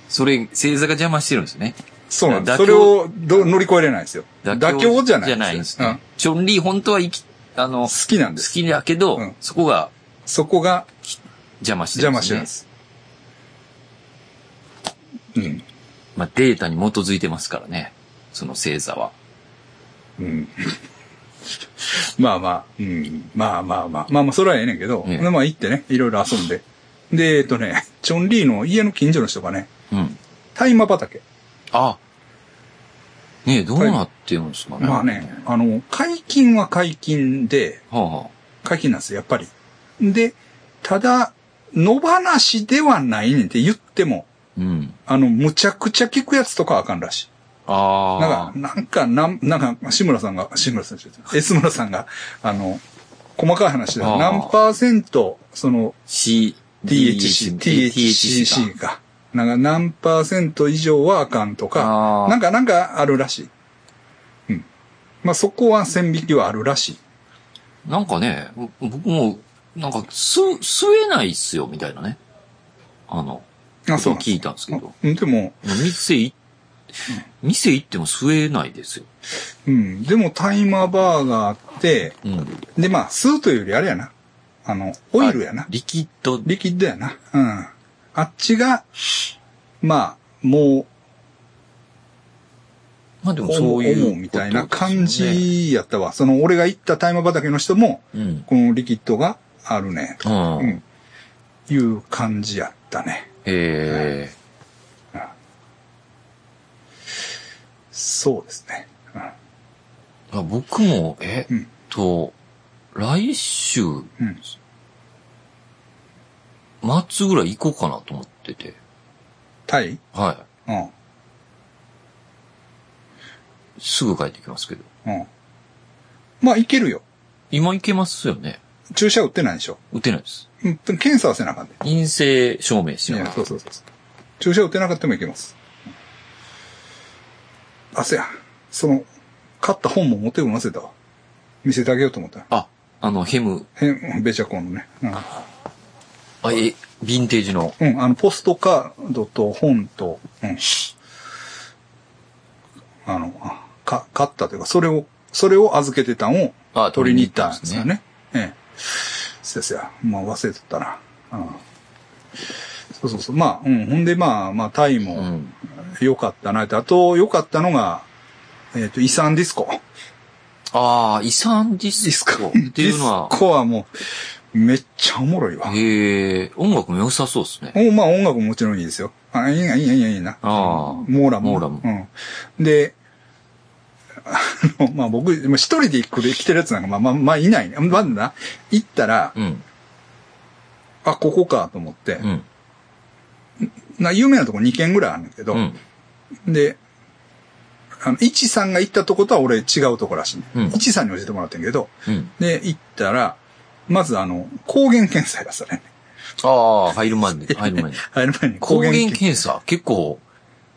S2: それ、正座が邪魔してるんですね。
S1: そうなんです。
S2: 妥協
S1: それをど乗り越えれないですよ。妥協じゃない
S2: じゃないんです
S1: うん
S2: ね。チョンリー本当は生き、あ
S1: 好
S2: の、好
S1: きなんです。
S2: きだけど、
S1: うん
S2: そこが
S1: そこが
S2: 邪魔してる
S1: 邪
S2: ん
S1: 魔
S2: で
S1: し
S2: す
S1: て
S2: ね。
S1: るんです。うん。
S2: まあデータに基づいてますからね。その正座は。
S1: うん。 まあまあ、うん。まあまあまあ。まあまあ、それはええねんけど、
S2: ええ
S1: まあ行ってね、いろいろ遊んで。で、えっとね、チョンリーの家の近所の人がね、
S2: うん。
S1: 大麻畑。
S2: あねえ、どうなってるんですかね。
S1: まあね、あの、解禁は解禁で、
S2: はあ、は
S1: 解禁なんですよ、やっぱり。で、ただ、野放しではないねんって言っても、
S2: あ、うん。
S1: あの、むちゃくちゃ聞くやつとかはあかんらしい。
S2: ああ。
S1: なんか、なんか、なんなんか、志村さんが、志村さんじゃない、S 村さんが、あの、細かい話だ
S2: あー
S1: 何パーセント、その、
S2: C、
S1: THC、THCC か。なんか、何パーセント以上はあかんとか、
S2: あ
S1: な
S2: あ
S1: んか、なんかあるらしい。うん。まあ、そこは線引きはあるらしい。
S2: なんかね、僕も、なんか、す、吸えないっすよ、みたいなね。あの、
S1: あ、そうなんです
S2: 聞いたんですけど。
S1: うん、でも、
S2: 店い、店行っても吸えないですよ。
S1: うん。でも、タイマーバーがあって、
S2: うん。
S1: で、まあ、吸うというよりあれやな。あの、オイルやな。
S2: リキッド、
S1: リキッドやな。うん。あっちが、まあ、も
S2: まあで
S1: う、
S2: もそうい
S1: 思
S2: うことですよ
S1: う
S2: ね。
S1: みたいな感じやったわ。その、俺が行った大麻畑の人も、
S2: うん。
S1: このリキッドがあるね、
S2: う
S1: と、
S2: ん。
S1: うん、いう感じやったね。
S2: ええ
S1: そうですね。
S2: あ僕も、え、
S1: うん
S2: と、来週、
S1: うん
S2: 末ぐらい行こうかなと思ってて。
S1: タイ
S2: は
S1: うん。
S2: い。すぐ帰ってきますけど。
S1: うん。まあ、いけるよ。
S2: 今行けますよね。
S1: 注射打ってないでしょ。
S2: 打てないです。
S1: うん、検査はせなあかんで。
S2: 陰性証明し
S1: い
S2: な
S1: や
S2: が、ら
S1: そうそうそうそう。注射打ってなかったもいけます。あ、せや。その、買った本も持ってこませたわ。見せてあげようと思った。
S2: あ、あの、ヘム、
S1: へん、ベチャコンのね。う
S2: あ、え、ヴィンテージの。
S1: ん。うん、あの、ポストカードと本と、うん。あの、あか、買ったというか、それを、それを預けてたんを
S2: あ
S1: 取りに行ったんですよ
S2: 取り
S1: ね。ええ。せやせや、まあ忘れとったな。うん。そうそうそう。まあ、うん。ほんで、まあ、まあ、タイも、
S2: うん。
S1: 良かったなって。あと、良かったのが、えっ、と、遺産ディスコ。
S2: ああ、遺産ディスコっていうのは
S1: ディ、スコはもう、めっちゃおもろいわ。
S2: ええ音楽も良さそうですね。
S1: おまあ、音楽ももちろんいいですよ。あ、いいな、いいな、いいな、いいな。
S2: ああ
S1: モーラム。
S2: モーラム
S1: うん。で、あの、まあ僕、まあ一人で来る、来てるやつなんか、まあまあ、まあいないね。まずな、行ったら、
S2: うん。
S1: あ、ここかと思って、
S2: うん。
S1: な、有名なとこ2軒ぐらいあるんだけど、
S2: うん。
S1: で、あの、いちさんが行ったとことは俺違うとこらしい、ね
S2: うん
S1: いちさんに教えてもらってんけど、
S2: うん。
S1: で、行ったら、まずあの、抗原検査やされんね。
S2: ああ、入る 前に、入る前に。
S1: 入る前に
S2: 抗
S1: 抗
S2: 原
S1: 原
S2: 検 査、結構、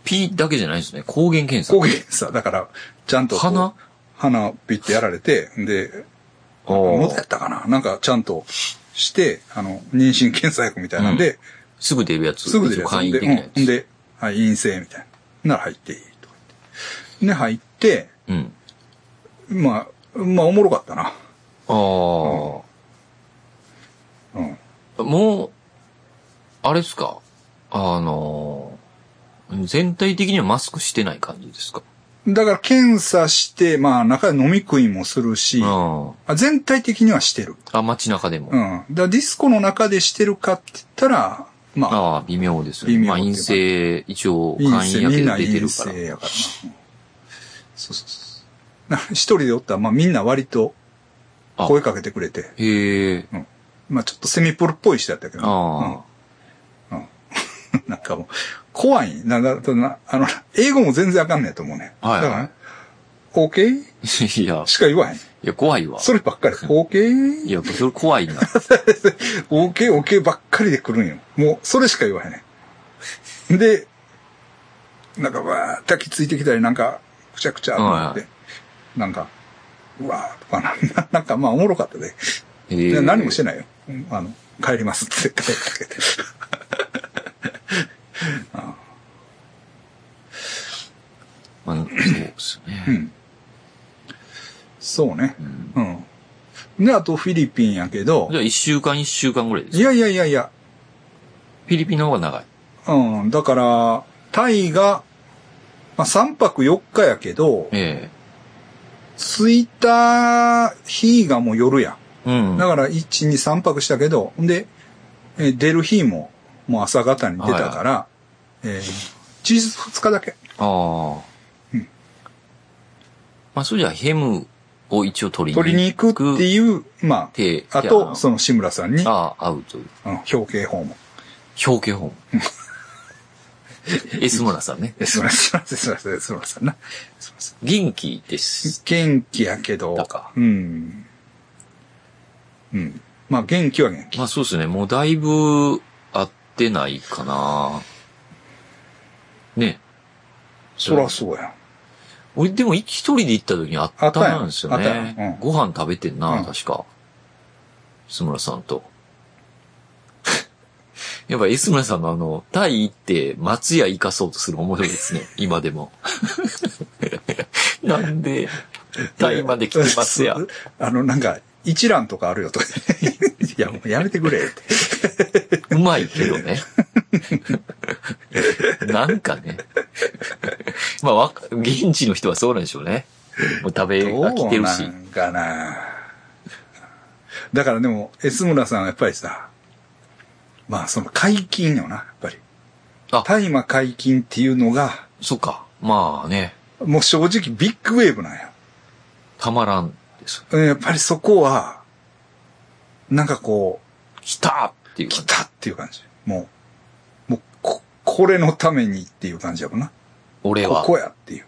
S2: P だけじゃないですね。抗原検査。
S1: 抗原さ、だから、ちゃんとこう。
S2: 鼻
S1: 鼻ピッてやられて、で、
S2: お
S1: 元
S2: ー
S1: やったかななんかちゃんとして、あの、妊娠検査薬みたいなんで、
S2: すぐ出るやつ。
S1: すぐ出るやつ
S2: 簡易
S1: で、
S2: 的なや
S1: うん
S2: つ。
S1: で、はい、陰性みたいな。なら入っていいとか言って。で、入って、
S2: うん。
S1: まあ、まあ、おもろかったな。
S2: ああ。も
S1: うん。
S2: う、あれですかあのー、全体的にはマスクしてない感じですか
S1: だから検査して、まあ、中で飲み食いもするし、
S2: うん。
S1: あ全体的にはしてる。
S2: あ、街中でも。
S1: うん。だからディスコの中でしてるかって言ったら、まあ、
S2: ああ、微妙ですよ
S1: 微
S2: ね。
S1: 妙
S2: まあ、
S1: っていう
S2: 陰
S1: か
S2: 性、一応、
S1: 陰
S2: 簡易
S1: 性、
S2: やけ
S1: みん
S2: ど
S1: な
S2: 出て
S1: 陰
S2: るから。
S1: 性やからな。そうそうそう。だから一人でおったら、まあみんな割と
S2: あ
S1: 声かけてくれて、
S2: へえ。
S1: まあちょっとセミプロっぽい人やったけど、
S2: あ
S1: うんなんかもう、怖い。なんだとな、あの、英語も全然あかんねえと思うね。
S2: はい
S1: だからね、OK?
S2: あ。いや、
S1: しか言わへん。
S2: いや、怖いわ。
S1: そればっかり。
S2: い
S1: OK?OK、
S2: や、それ怖 いな。
S1: OK, OK ばっかりで来るんよ。もう、それしか言わへんねん。で、なんかわー、抱きついてきたり、なんか、くちゃくちゃってなって、
S2: は
S1: なんか、うわーとかな、 なんかまあおもろかったで。
S2: へ
S1: いや何もして
S2: ない。
S1: ないよ。うんあの、帰りますって帰かけて。
S2: まあそうです
S1: う
S2: ね。
S1: ん。そうね
S2: う。ん
S1: うん。で、あとフィリピンやけど
S2: じ、ゃあ、一週間一週間ぐらいです
S1: い
S2: か。
S1: やいやいやいや、
S2: フィリピンの方が長い。
S1: うん。だから、タイが、まあ、3泊4日やけど、
S2: え
S1: 着いた日がもう夜や。
S2: え。うん。
S1: だから、1、2、3泊したけど、んで、えー出る日も、もう朝方に出たから、えー、1日2日だけ。
S2: ああ。まあ、それじゃあ、ヘムを一応取り
S1: 取りに行くって
S2: う。
S1: いう、ま
S2: て、
S1: あ、あと、その志村さんに、
S2: ああ、アウト。
S1: うん、表敬訪問。
S2: 表敬 本。エスモラさんね。
S1: え、すみません、すみません、すみません、すみませんな。すみません。
S2: 元気です。
S1: 元気やけ
S2: だ
S1: ど
S2: か、
S1: うん。うん。まあ元気は元気。
S2: まあ、そうですね。もうだいぶ、会ってないかな。ね。
S1: そらそうや。
S2: 俺、でも一人で行った時にあったなんですよ
S1: あったやんあったやん
S2: ね
S1: うん。
S2: ご飯食べてん
S1: う、
S2: なん確か。須村さんと。 やっぱ、須村さんのあの、タイ行って松屋行かそうとする思いで すね、今でも。 なんで、タイまで来て松屋。。
S1: あの、なんか、一覧とかあるよとか。いや、もうやめてくれって。
S2: うまいけど ね。なんかね。まあわか、現地の人はそうなんでしょうね。もう食べ
S1: どう
S2: 飽きてる
S1: な
S2: し。
S1: んかな。だからでも、S 村さんはやっぱりさ、まあその解禁よな、やっぱり。
S2: あ
S1: 大麻解禁っていうのが、
S2: そっか。まあね。
S1: もう正直ビッグウェーブなんや。
S2: たまらんです。
S1: うんやっぱりそこは、なんかこ、
S2: 来たっていうう
S1: 来
S2: 感
S1: たっていう感じ。もう、もう、こ、これのためにっていう感じやもんな。
S2: 俺
S1: こ
S2: は。
S1: こやっていう。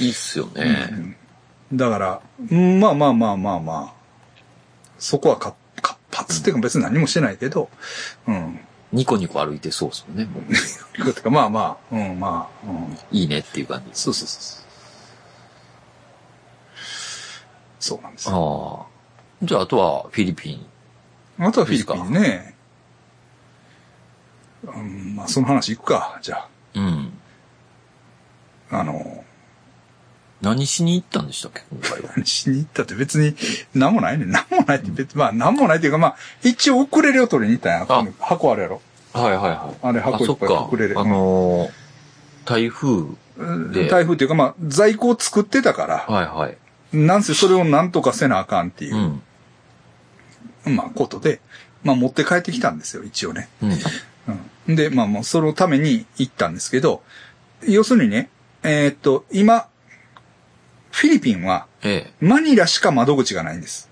S2: いいっすよね。
S1: だから、うんまあまあまあまあまあ、そこは活活発っていうか別に何もしてないけど、うん。
S2: ニコニコ歩いてそうっすもんね。もう
S1: というかまあまあ、うんまあ、うん。
S2: いいねっていう感じです。
S1: そうそうそうそう。そうなんですよ。
S2: ああ。じゃあ、あとはフィリピン。
S1: あとはフィリピンね。うん、まあその話行くか、じゃあ。
S2: うん。
S1: あの、
S2: 何しに行ったんでしたっけ今回は。
S1: 何しに行ったって別に何もないねん。何もないって別に、まあ何もないっていうかまあ、一応遅れるを取りに行ったんや。
S2: あ
S1: 箱あるやろ。
S2: はいはいはい。
S1: あれ箱いっぱい
S2: あそっ
S1: くれる
S2: か。あのー、台風。
S1: うん
S2: で
S1: 台風っていうかまあ、在庫を作ってたから、
S2: はいはい。
S1: なんせそれをなんとかせなあかんっていうう、
S2: ん。
S1: まあことで、まあ持って帰ってきたんですよ、一応ね。
S2: うん。
S1: うん。で、まあもうそのために行ったんですけど、要するにね、えーっと、今、フィリピンは
S2: ええ。
S1: マニラしか窓口がないんです。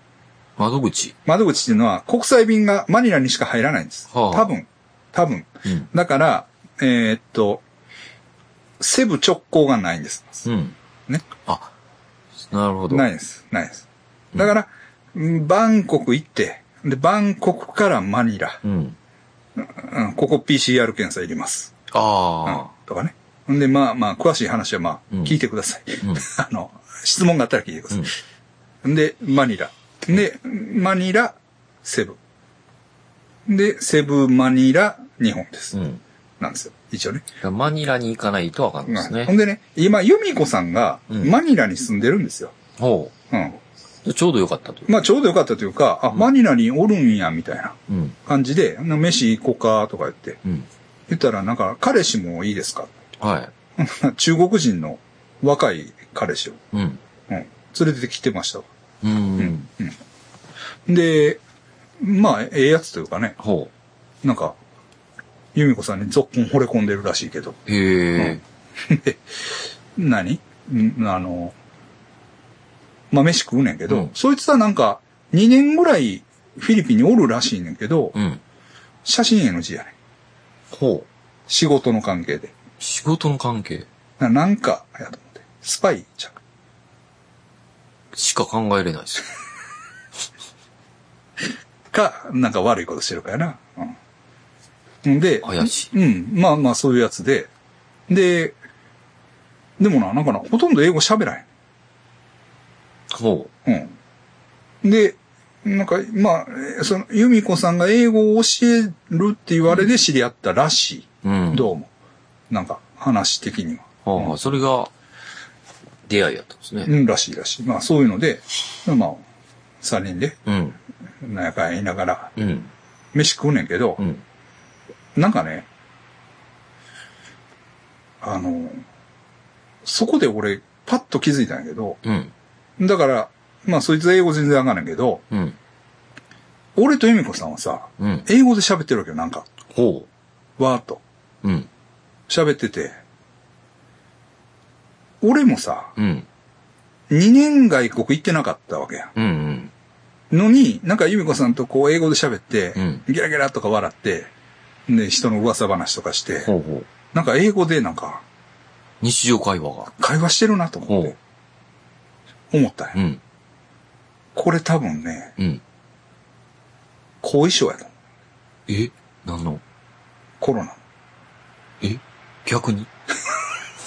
S2: 窓口。
S1: 窓口っていうのは国際便がマニラにしか入らないんです。
S2: はあ
S1: 多分。多分。
S2: うん。
S1: だから、えーっと、セブ直行がないんです。
S2: うん。
S1: ね。
S2: あ、なるほど。
S1: ない
S2: い。
S1: です。ないです。だから、うんバンコク行って、で、バンコクからマニラ。
S2: うん。
S1: うん、ここ PCR 検査いります。うん
S2: ああ。、
S1: とかね。んで、まあまあ、詳しい話はまあ、
S2: うん
S1: 聞いてください。
S2: ん
S1: あの、質問があったら聞いてください。ん、で、マニラ。で、マニラ、セブ。で、セブ、マニラ、日本です。
S2: うん。
S1: なんですよ。一応ね。
S2: マニラに行かないとわかんないです
S1: うんほん
S2: ね。
S1: でね、今、ユミコさんが、
S2: うん
S1: マニラに住んでるんですよ。
S2: ほ
S1: うん。
S2: う。でちょうどよかったという。
S1: まあ、ちょうどよかったというか、あ、マニラにおるんや、みたいな
S2: うん。
S1: 感じで、な飯行こうか、とか言って。
S2: うん。
S1: 言ったら、なんか、彼氏もいいですか
S2: は
S1: 中国人の若い彼氏を、
S2: い。うん。
S1: うん、連れてきてましたわ。
S2: うん。
S1: で、まあ、ええやつというかね、
S2: ほ
S1: なんか、由美子さんにぞっこん惚れ込んでるらしいけど、
S2: う。へえ。
S1: 何んあの、まあ、飯食うねんけど、
S2: うん
S1: そいつはなんか、2年ぐらいフィリピンにおるらしいねんけど、
S2: うん。
S1: 写真 NG やねん。
S2: ほう。
S1: 仕事の関係で。
S2: 仕事の関係
S1: ななんか、やと思って。スパイちゃう。
S2: しか考えれないです。
S1: か、なんか悪いことしてるからな。うん。んで、
S2: 怪しい。
S1: うん。まあまあ、そういうやつで。で、でもな、なんかな、ほとんど英語喋ら
S2: ほ
S1: へん。うん。で、なんか、まあ、えーその、由美子さんが英語を教えるって言われで知り合ったらし
S2: う。う
S1: い。
S2: ん。
S1: どうも。なんか、話的には。
S2: はあはあ、それが、出会いやったんです
S1: う
S2: ね。
S1: ん、らしいらしい。まあ、そういうので、まあ、三人で、
S2: うん。
S1: なんやかんや言いながら、
S2: うん。
S1: 飯食うねんけど
S2: う、ん。
S1: なんかね、あの、そこで俺、パッと気づいたんやけど、
S2: うん。
S1: だから、まあそいつ英語全然わかんないけど、
S2: うん。
S1: 俺と由美子さんはさ、
S2: うん。
S1: 英語で喋ってるわけよ、なんか。
S2: ほ
S1: わーっと。
S2: う。うん。
S1: 喋ってて。俺もさ、
S2: うん。
S1: 2年外国行ってなかったわけや。
S2: うん。うん。
S1: のに、なんか由美子さんとこう英語で喋って
S2: う、ん。
S1: ギラギラとか笑って、で、人の噂話とかして、
S2: ほうほう。
S1: なんか英語でなんか、
S2: 日常会話が。
S1: 会話してるなと思っ
S2: ほ
S1: て、思ったんや
S2: うん。
S1: これ多分ね、
S2: うん。
S1: 後遺症やと思う。
S2: え何の
S1: コロナ
S2: え逆に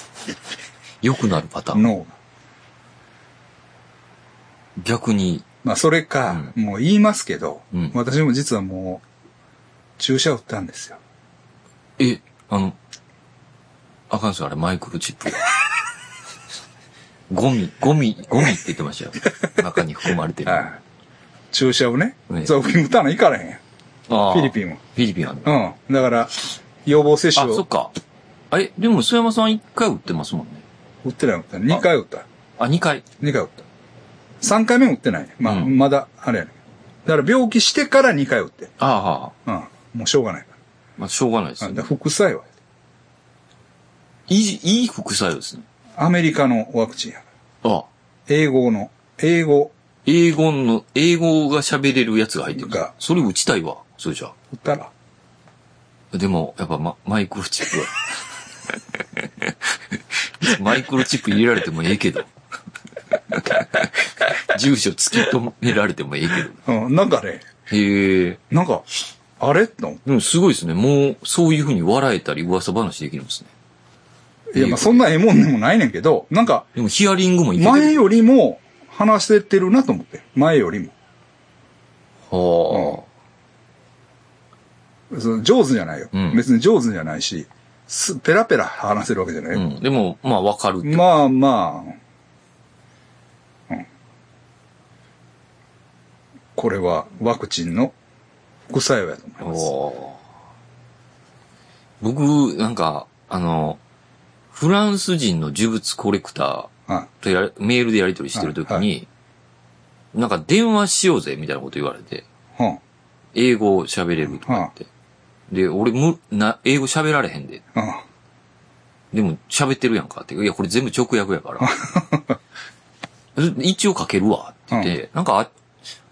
S2: 良くなるパターン。
S1: の。
S2: 逆に、
S1: まあ、それか、もう言いますけど、
S2: うん
S1: 私も実はもう、注射打ったんですよ。
S2: え、あの、あかんすよ、あれ、マイクロチッ プ。ゴミ、ゴミ、ゴミって言ってましたよ。中に含まれてる。
S1: はい。注射をね、
S2: ね
S1: そう、打たないからへんやん。
S2: ああ
S1: フィリピンは。
S2: フィリピンある。
S1: うん。だから、予防接
S2: あ、
S1: 種
S2: そ
S1: を
S2: っか。あれ、でも、須山さん一回打ってますもんね。
S1: 打ってない打った。2回打った。
S2: あ、二回。
S1: 2回打った。3回目も打ってない。まあ、
S2: うん
S1: まだ、あれやねん。だから病気してから2回打って。
S2: ああ、はあ
S1: うん。もうしょうがないか
S2: まあ、しょうがないです
S1: ら。あ
S2: よね
S1: だ。から副作用や。
S2: いい、いい副作用ですね。
S1: アメリカのワクチンや。
S2: ああ
S1: 英語の、英語
S2: 英語の、英語が喋れるやつが入ってる
S1: が。
S2: それ打ちたいわ。それじゃ
S1: 打ったら、
S2: あ。でも、やっぱママイクロチップは。 マイクロチップ入れられてもええけど。住所突き止められてもええ
S1: うん、なんかね、
S2: けど。へえ。
S1: なんか、あれと思って
S2: でもすごいですね。もう、そういうふうに笑えたり噂話できるんですね。
S1: いや、まあ、そんなええもんでもないねんけど、なんか、
S2: でもヒアリングもいけて
S1: 前
S2: る。
S1: よりも話せてるなと思って。前よりも。
S2: は
S1: その上手じゃないよ、
S2: うん
S1: 別に上手じゃないし、すペラペラ話せるわけじゃな
S2: あ。
S1: い、
S2: う
S1: よ
S2: ん。でも、まあ、わかるって。
S1: まあまあ、うん。これはワクチンの副作用やと思います。
S2: おー僕、なんか、あの、フランス人の呪物コレクタ
S1: は
S2: ーとやりメールでやり取りしてるときに、
S1: はいは
S2: なんか電話しようぜみたいなこと言われて、
S1: い。は
S2: 英語喋れるとかって。で、俺むな、英語喋られへんで。
S1: あ、は
S2: でも喋ってるやんかって。いや、これ全部直訳 やから。一応書けるわって言って、なんかあ、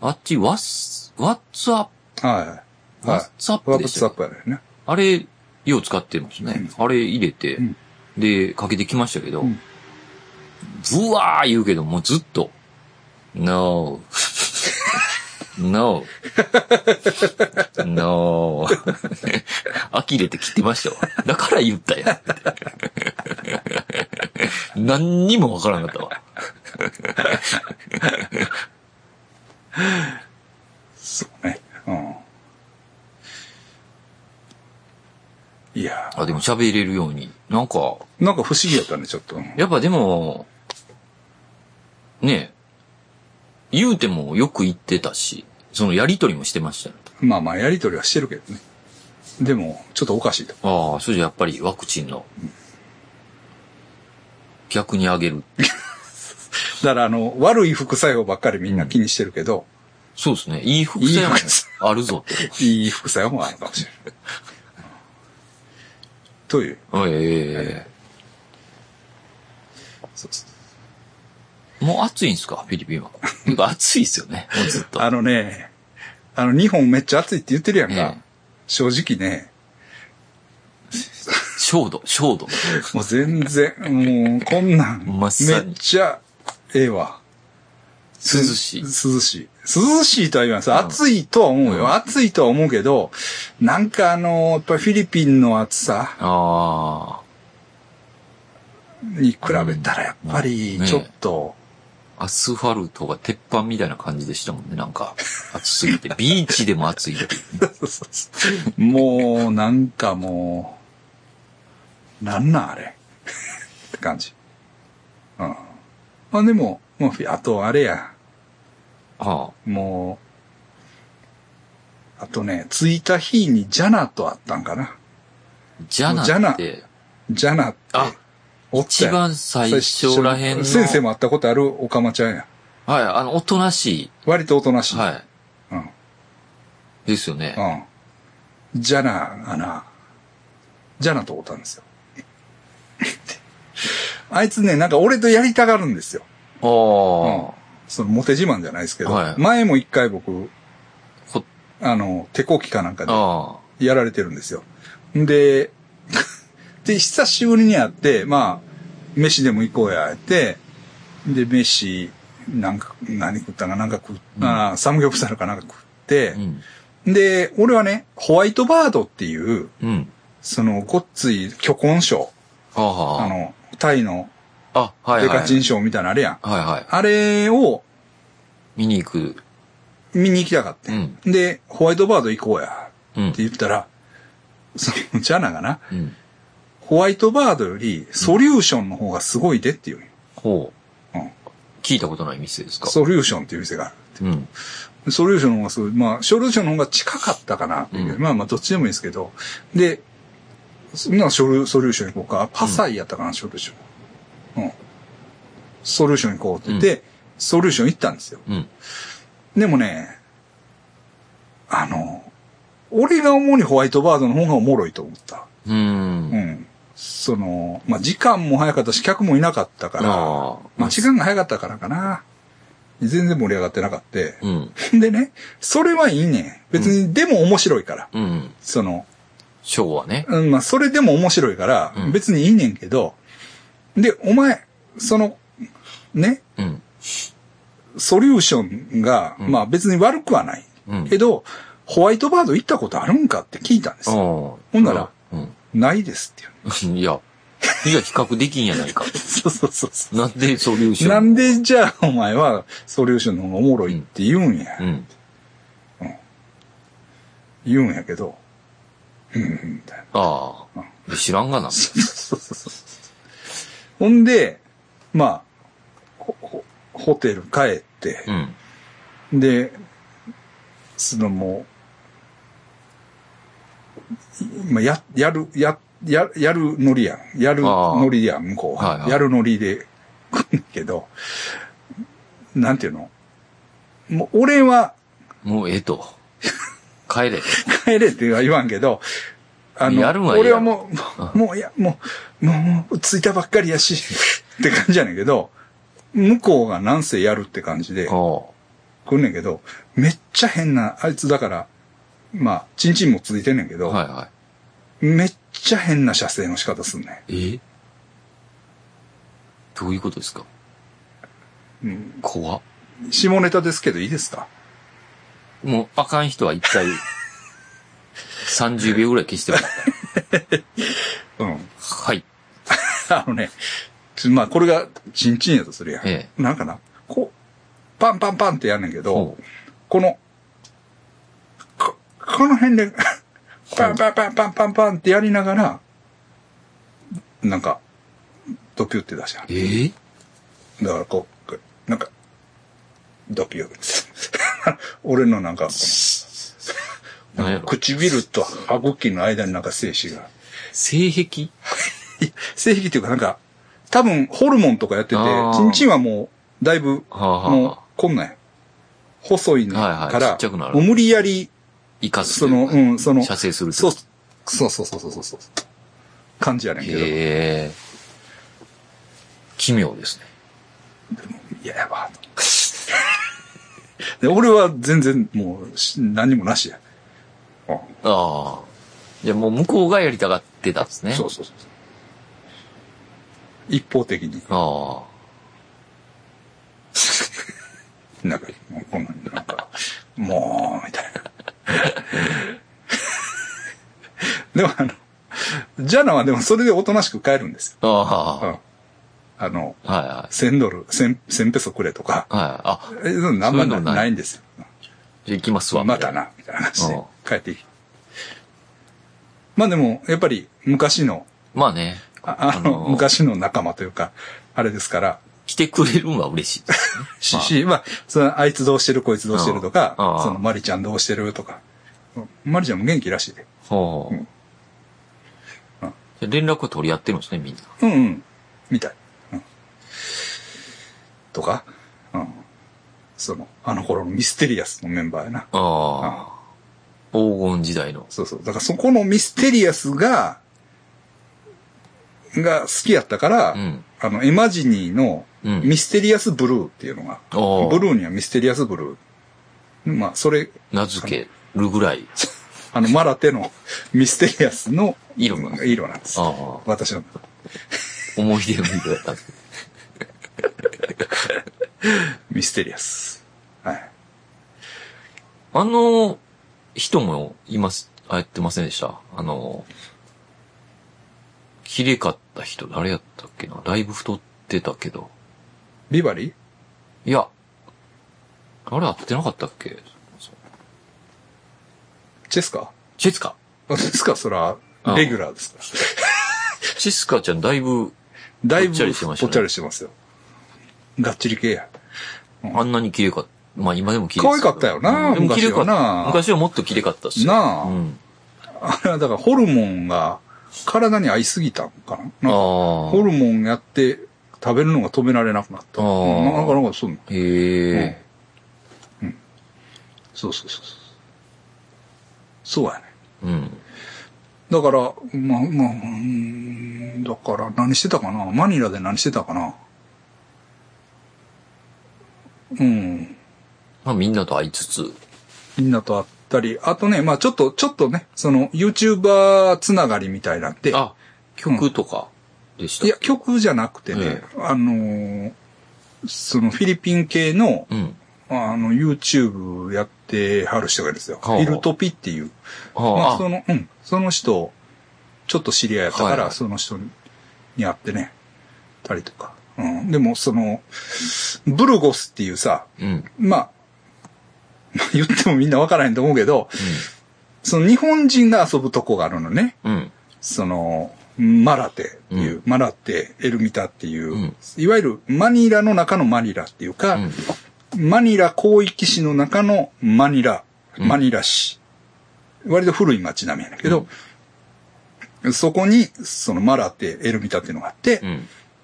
S2: あっち、ワッツ、ワッツアッ
S1: あ、はい。
S2: プ、ワ
S1: は
S2: ッツアッ
S1: い。
S2: プ
S1: ワ
S2: で
S1: ク
S2: し
S1: チン
S2: た
S1: ア
S2: っ
S1: ッ
S2: け
S1: プやねんね。
S2: あれ、よう使ってますね。あれ入れて、
S1: ん
S2: で、かけてきましたけど、
S1: ん
S2: ブワー言うけど、もうずっと、No. No. no. 呆れて切ってましたわ。だから言ったやん。 何にもわからなかったわ。
S1: そうね。うん。いや
S2: あ、でも喋れるように。なんか、
S1: ー、なんか不思議やったね、ちょっと。
S2: やっぱでも、ねえ、言うてもよく言ってたし、そのやりとりもしてましたよ。
S1: まあまあ、やりとりはしてるけどね。でも、ちょっとおかしいと。
S2: ああ、それじゃやっぱりワクチンの、逆に上げる。
S1: だから、あの、悪い副作用ばっかりみんな気にしてるけど、
S2: そうですね。いい副作用もあるぞって。
S1: いい副作用もあるかもしれない。という。
S2: え
S1: そうそう
S2: えもう暑いんですかフィリピンは。なんか暑いですよね。 もうずっと。
S1: あのね、あの、日本めっちゃ暑いって言ってるやんか。
S2: ええ
S1: 正直ね、
S2: 焦土、焦土。
S1: もう全然、もう、こん なん、め
S2: まさに
S1: っちゃ、ええわ。
S2: 涼しい
S1: 涼。しい。涼しいとは言わないです。暑いとは思うよ。
S2: うん
S1: 暑いとは思うけど、なんかあの、やっぱりフィリピンの暑さ
S2: あ
S1: に比べたらやっぱり
S2: うんね、
S1: ちょっと、
S2: あ、アスファルトが鉄板みたいな感じでしたもんね。なんか、暑すぎて。ビーチでも暑いっていうね。
S1: もう、なんかもう、なんなんあれ。って感じ。うん。まあでも、もうフィあとあれや、
S2: あ
S1: もう、あとね、着いた日にジャナと会ったんかな。
S2: あ。じゃ
S1: じゃ
S2: な
S1: な
S2: って、
S1: ジャナって、
S2: あ、
S1: おった
S2: 一
S1: やん
S2: 番最初らへんの。
S1: 先生も会ったことあるおかまちゃんや。
S2: はい、あの、おとなし
S1: 割とおとなし
S2: い。
S1: い。
S2: は
S1: うん。
S2: い。ですよね。
S1: うん。ジャナがな、ジャナと会ったんですよ。 あいつね、なんか俺とやりたがるんですよ。
S2: ああ、
S1: うんそのモテ自慢じゃないですけど、
S2: はい
S1: 前も一回僕、
S2: こ
S1: あの、手こきかなんかで
S2: あ
S1: やられてるんですよ。で、で、久しぶりに会って、まあ、飯でも行こうや、って、で、飯、なんか、何食ったかなんか食っ、
S2: うん
S1: あーサムギョプサルかなんか食って
S2: あ、う、ん。
S1: で、俺はね、ホワイトバードっていう、
S2: うん。
S1: その、ごっつい巨根賞、
S2: ああ。
S1: あの、タイの
S2: あ、はい
S1: デ
S2: はい。
S1: カチン賞みたいなのあれやん。
S2: はいはい。
S1: あれを
S2: 見に行く。
S1: 見に行きたかっ
S2: う
S1: て。
S2: ん。
S1: で、ホワイトバード行こうや、
S2: うん
S1: って。言ったら、その、ジャナがな、
S2: うん。
S1: ホワイトバードよりソリューションの方がすごいでっていう。
S2: ほう。
S1: うん
S2: 聞いたことない店ですか
S1: ソリューションっていう店があ
S2: うん。
S1: る。ソリューションの方がすごい。まあ、ソリューションの方が近かったかなっていう。
S2: うん
S1: まあまあ、どっちでもいいですけど。で、そんなソリュソリューション行こうか。パサイやったかな、ソリューション。うん。ソリューション行こうって言って、ソリューション行ったんですよ。
S2: うん。
S1: でもね、あの、俺が主にホワイトバードの方がおもろいと思った。
S2: う
S1: う
S2: ー。
S1: んん。その、まあ、時間も早かったし、客もいなかったから、
S2: ああ。
S1: まあ、時間が早かったからかな。全然盛り上がってなかった。
S2: うん。
S1: でね、それはいいねん。別に、でも面白いから。
S2: うん。
S1: その、
S2: 昭和ね。
S1: うん、まあ、それでも面白いから
S2: う、ん
S1: 別にいいねんけど、で、お前、その、ね、
S2: うん。
S1: ソリューションが、
S2: うん
S1: まあ別に悪くはない。
S2: うん。
S1: けど、ホワイトバード行ったことあるんかって聞いたんですよ。
S2: ほ
S1: んなら。
S2: うん。
S1: ないですっていう。
S2: いや。いや、比較できんやないか。
S1: そうそうそうそ
S2: なんでソリューシ
S1: う。
S2: ョン。
S1: なんでじゃあお前はソリューションの方がおもろいって言うんや。
S2: うん。
S1: 言うんやけど、うん、みたいな。
S2: ああ。知らんがな。
S1: そうそうそうそう。ほんで、まあ、ほほホテル帰って
S2: う、ん。
S1: で、そのもう、まあ、や、やる、や、や、やるノリやん。やる
S2: あー
S1: ノリやん、向こうは。
S2: はいはい
S1: やるノリで来んけど、なんていうのもう、俺は
S2: もうええと。帰れ。
S1: 帰れっては言わんけど、あの、
S2: やるわ
S1: 俺
S2: や
S1: は
S2: る
S1: もう、もうもう、いや、もう、もう、もう着いたばっかりやし、 って感じやねんけど、向こうがなんせやるって感じで、
S2: お
S1: 来んねんけど、めっちゃ変な、あいつだから、まあ、チンチンもついてんねんけ
S2: う
S1: ど、
S2: はいは
S1: めっちゃ変な射精の仕方すんね
S2: い。えどういうことですか
S1: ん。うん
S2: 怖っ
S1: 下ネタですけどいいですか
S2: もう、あかん人は一回、30秒ぐらい消してもらった。
S1: うん。
S2: はい。
S1: あのね、ちまあこれがチンチンやとするやん。
S2: え
S1: なんかな、こう、パンパンパンってやんねんけ
S2: え。
S1: ど、この、こ、この辺で、パンパンパンパンパンパンってやりながら、なんか、ドキュって出した。
S2: ええ
S1: だからこうこう、なんか、ドキュ 俺の なんか、
S2: 何やろ
S1: 唇と歯茎の間になんか精子が。
S2: 性癖
S1: 性癖っていうかなんか、多分ホルモンとかやってて
S2: あ、ー
S1: チンチンはもう、だいぶ、
S2: はあ、
S1: もう
S2: はあ、、
S1: こんなんや。細いの
S2: はいはい
S1: か
S2: ちっ
S1: ら
S2: ちゃくな、る
S1: もう無理やり、
S2: 生かす
S1: そ
S2: とい
S1: の、
S2: うか。
S1: うん、その、
S2: 射精するって
S1: そ
S2: こ
S1: う、
S2: と。
S1: そうそうそうそうそうそう。感じやねんけど。い
S2: へえ。奇妙ですね。
S1: や、やば。 で俺は全然もうし何もなしや。うん
S2: ああ。じゃあもう向こうがやりたがってたんですね。
S1: そうそうそう。一方的に、
S2: あ
S1: なんか、もうこんなんなんか、もう、みたいな。でもあの、ジャナはでもそれでおとなしく帰るんです
S2: あ。あ
S1: よ。うんあの、
S2: あ。はいはい。
S1: 1000ドル、1000、1000ペソくれとか、
S2: はい。あ、
S1: えそんなんあんま
S2: そういうのない
S1: ないんですよ。
S2: じゃあ行きますわ。
S1: また。な、みたいな話で帰っていき。まあでも、やっぱり昔の、
S2: まあね。
S1: ああの、
S2: あのー
S1: 昔の仲間というか、あれですから、
S2: 来てくれるのは嬉しいですね。
S1: し、し、まあ、その、あいつどうしてる、こいつどうしてるとか
S2: うんう、ん
S1: その、マリちゃんどうしてるとか、うんマリちゃんも元気らしいで。
S2: ほう
S1: うん。
S2: じゃあ連絡を取り合ってるんですね、みんな。
S1: うんうん、みたい。うんとか、うんその、あの頃のミステリアスのメンバーやな。
S2: ああ。黄金時代の。
S1: そうそう。だからそこのミステリアスが、が好きやったから、
S2: うん。
S1: あの、エマジニーの
S2: うん
S1: ミステリアスブルーっていうのが、
S2: ああ
S1: ブルーにはミステリアスブルー。まあ、それ、
S2: 名付けるぐ らい。
S1: あの、マラテのミステリアスの
S2: 色が
S1: 色なんです。
S2: ああ。
S1: 私の。
S2: 思い出の色だったんです。
S1: ミステリアス。はい。
S2: あの、人もいます、あやってませんでした。あの、綺麗かった人、誰やったっけなだいぶ太ってたけど。
S1: ビバリー
S2: いや、あれ合ってなかったっけ
S1: チェスカ
S2: チェスカ。
S1: チェスカそら、
S2: あ
S1: レギュラーですから。
S2: チェスカちゃんだいぶ、
S1: だいぶ、
S2: ぽっちゃりしてましたね
S1: ぽっちゃりしてますよ。がっちり系や。
S2: あんなに綺麗かった。まあ今でも綺麗
S1: 可愛かったよな
S2: でも綺麗か
S1: 昔は
S2: っ
S1: な
S2: た。昔はもっと綺麗かったっすよ
S1: なあ
S2: うん。
S1: あれはだからホルモンが体に合いすぎたのかな
S2: あ
S1: なんか
S2: あ。
S1: ホルモンやって食べるのが止められなくなった。
S2: あ
S1: うん
S2: ー
S1: なかなかそうなの
S2: へえ。
S1: そうそうそうそう。そうやね。
S2: うん。
S1: だから、まあ、まあ、うーんだから何してたかなマニラで何してたかなうん。
S2: まあみんなと会いつつ。
S1: みんなと会ったり、あとね、まあちょっと、ちょっとね、その YouTuber つながりみたいなんで、
S2: あ、曲とかでした
S1: いや、曲じゃなくてね、あのーそのフィリピン系の、
S2: うん。
S1: あの、YouTube やってはる人がいるんですよ。
S2: はあ
S1: イルトピっていう。
S2: ああ
S1: まあ、その、うん、その人、ちょっと知り合いやったから、
S2: はいはい
S1: その人に会ってね、たりとか。うん、でも、その、ブルゴスっていうさ、
S2: うん。
S1: まあ、 まあ言ってもみんなわからへんと思うけど、その日本人が遊ぶとこがあるのね。
S2: うん。
S1: その、マラテっていう、
S2: うん
S1: マラテ、エルミタっていう、
S2: うん
S1: いわゆるマニラの中のマニラっていうか、
S2: うん。
S1: マニラ広域市の中のマニラ、
S2: うん
S1: マニラ市。割と古い町並みやねんけど、そこに、そのマラテ、エルミタっていうのがあって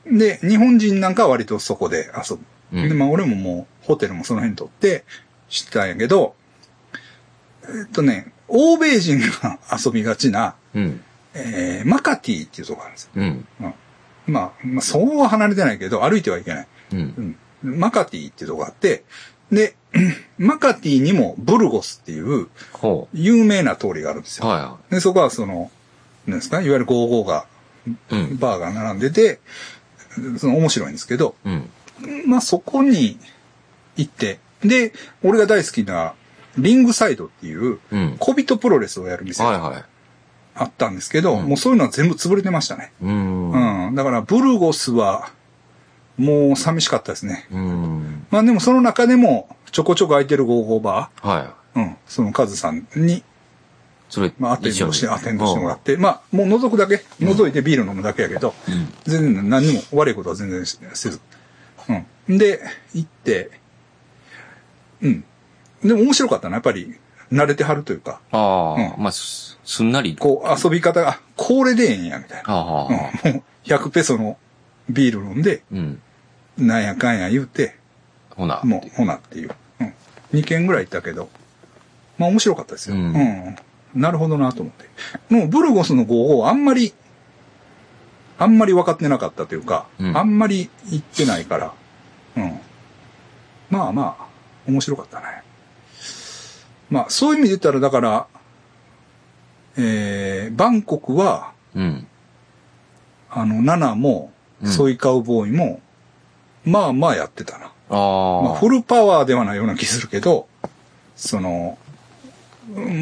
S2: う、ん。
S1: で、日本人なんかは割とそこで遊ぶ。
S2: うん
S1: で、まあ俺ももうホテルもその辺取って知ってたんやけど、えっとね、欧米人が遊びがちな、
S2: うん。
S1: えーマカティっていうとこがあるんですよ。
S2: うん。
S1: まあ、まあ、そうは離れてないけど、歩いてはいけない。
S2: うん。
S1: うんマカティっていうとこがあって、で、 マカティにもブルゴスっていう
S2: ほ
S1: 有名な通りがあるんです
S2: う。
S1: よ。
S2: は
S1: で、そこはその、なんですかいわゆる55が、
S2: いはい。うん。
S1: バーが並んでて、その面白いんですけど、
S2: うん。
S1: まあそこに行って、で、俺が大好きなリングサイドっていう、
S2: うん。
S1: 小人プロレスをやる店
S2: はい
S1: あ
S2: は
S1: ったんですけど、
S2: うん
S1: もうそういうのは全部潰れてましたね。
S2: い。うん。
S1: うん。だから、ブルゴスは、もう寂しかったですね。
S2: うん。
S1: まあでもその中でも、ちょこちょこ空いてるゴーゴーバ
S2: はい。
S1: ー、うん、そのカズさんに、
S2: それ、
S1: まあアテンドして、
S2: 一緒に
S1: アテンドしてもらって、まあもう覗くだけ、覗いてビール飲むだけやけど、
S2: うん。
S1: 全然何にも悪いことは全然せず。うん。で、行って、うん。でも面白かったな、やっぱり、慣れてはるというか、
S2: ああ、
S1: う
S2: まあ、すすんなり。
S1: こう遊び方が、あこれでええんや、みたいな。
S2: ああ、
S1: うん、もう100ペソのビール飲んで、
S2: うん。
S1: なんやかんや言うて、
S2: ほな。
S1: もう、ほなっていう。うん。2件ぐらい行ったけど、まあ面白かったですよ。
S2: う
S1: うんん。なるほどなと思って。もうブルゴスの5をあんまり、あんまり分かってなかったというか、
S2: うん
S1: あんまり行ってないから、うん。まあまあ、面白かったね。まあ、そういう意味で言ったら、だから、えー、バンコクは、
S2: うん。
S1: あの、ナナも、
S2: うん
S1: ソイカウボーイも、まあまあやってたな。
S2: ああ。
S1: まあ、フルパワーではないような気するけど、その、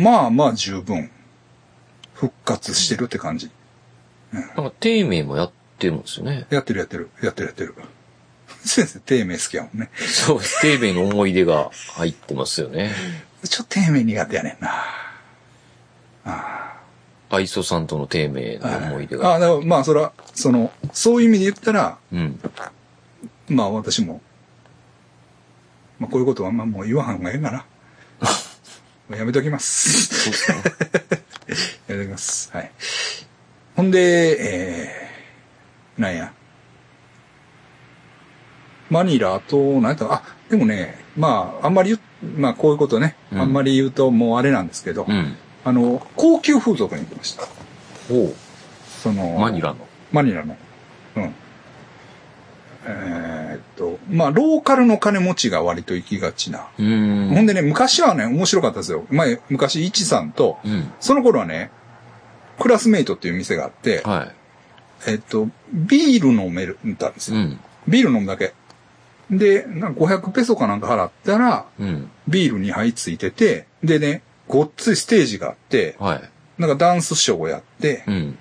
S1: まあまあ十分、復活してるって感じ。
S2: なんか、丁寧もやってるんですよね。
S1: やってるやってる、やってるやってる。先生、丁寧好きやもんね。
S2: そう、丁寧の思い出が入ってますよね。
S1: ちょっと丁寧苦手やねんな。
S2: 愛想さんとの丁寧の思い出が。
S1: あだからまあ、それは、その、そういう意味で言ったら、
S2: うん。
S1: まあ私も、まあこういうことはあんまもう言わん方がええか な。もうやめときます。
S2: そうっすね。
S1: いただきます。はい。ほんで、えー、なんや。マニラと、なんやったあ、でもね、まあ、あんまり言う、まあ、こういうことね、
S2: うん
S1: あんまり言うともうあれなんですけど、
S2: うん。
S1: あの、高級風俗に行きました。
S2: ほ
S1: その、
S2: う。マニ。ラの。
S1: マニラの。うん。えーっと、まあ、ローカルの金持ちが割と行きがちな。
S2: うー
S1: ほ
S2: ん。
S1: んでね、昔はね、面白かったですよ。前、昔、イチさんと、
S2: うん。
S1: その頃はね、クラスメイトっていう店があって、
S2: は
S1: えっと、ビール飲める、んだんです
S2: い。
S1: よ。
S2: うん。
S1: ビール飲むだけ。で、なんか500ペソかなんか払ったら、
S2: うん。
S1: ビール2杯ついてて、でね、ごっついステージがあって、
S2: はい。
S1: なんかダンスショーをやって、
S2: うん。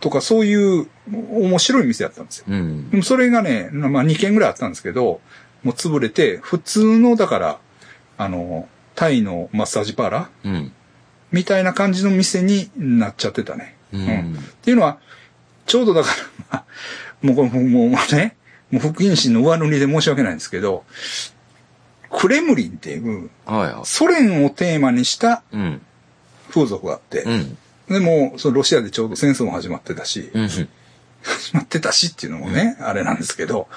S1: とかそういう面白い店だったんですよ。
S2: うん。
S1: でもそれがね、まあ2軒ぐらいあったんですけど、もう潰れて、普通の、だから、あの、タイのマッサージパーラー
S2: うん。
S1: みたいな感じの店になっちゃってたね。
S2: う
S1: うんっ
S2: ん。
S1: ていうのは、ちょうどだから、まあもうこれ、もうもうね、もう福音神の上塗りで申し訳ないんですけど、クレムリンっていう、
S2: はいは
S1: ソ連をテーマにした
S2: い。うん。
S1: 風俗があって
S2: う、ん。
S1: でも、そのロシアでちょうど戦争も始まってたし、
S2: うん。
S1: 始まってたしっていうのもね、あれなんですけど、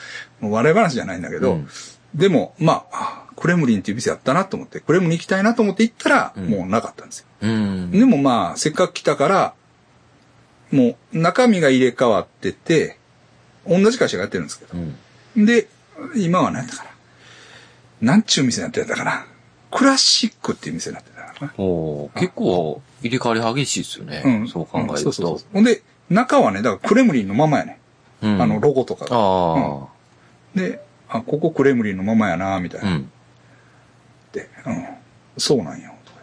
S1: もう笑い話じゃないんだけど、
S2: うん
S1: でも、まあ、あクレムリンっていう店やったなと思って、クレムリン行きたいなと思って行ったら、
S2: うん
S1: もうなかったんですよ。
S2: うん。
S1: でもまあ、せっかく来たから、もう中身が入れ替わってて、同じ会社がやってるんですけど。
S2: うん。
S1: で、今は何やったかな。なんちゅう店になってたかな。クラシックっていう店になってたかな。
S2: ほう。結構、入れ替わり激しいですよね。
S1: うん。
S2: そう考えると。
S1: んそうそうそうほんで、中はね、だからクレムリンのままやね。
S2: うん
S1: あの、ロゴとかが。
S2: あ
S1: で、あ、ここクレムリンのままやな、みたい
S2: あ。う
S1: なっ
S2: ん。
S1: て。うん。そうなんよ、とか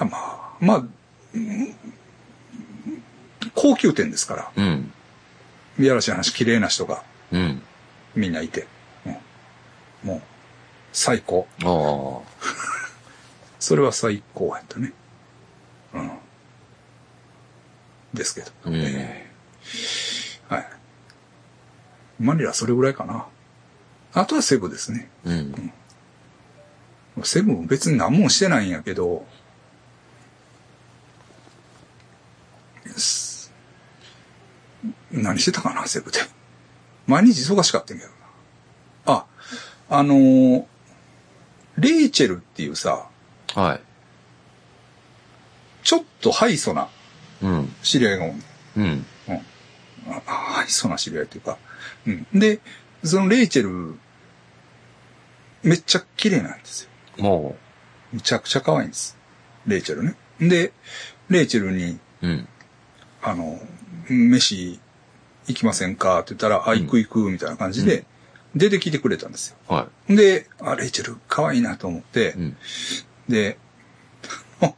S1: 言って。あまあ、まあ、うん高級店ですから。
S2: うん。
S1: いやらしい話、綺麗な人が
S2: うん。
S1: みんないて。うん、もう、最高。
S2: あ
S1: それは最高やったね。うん。ですけど。
S2: あ。うん。
S1: はい。マニラはそれぐらいかな。あとはセブですね。
S2: うん。
S1: セブも別に何もしてないんやけど、す何してたかな、セブで。毎日忙しかったんやけどな。あ、あのーレイチェルっていうさ、
S2: は
S1: ちょっとハイソな
S2: い。うん。
S1: 知り合いがおんねん
S2: うん。
S1: あハイソな知り合いというか。うん。で、そのレイチェル、めっちゃ綺麗なんですよ。
S2: も
S1: むちゃくちゃ可愛いんです。レイチェルね。で、レイチェルに、
S2: う。うん。
S1: あの、飯行きませんかって言ったら、あ、
S2: うん
S1: 行く行く、みたいな感じで、出てきてくれたんですよ。
S2: は
S1: で、あ、レイチェル、可愛いなと思って
S2: い。う、ん。
S1: で、 あ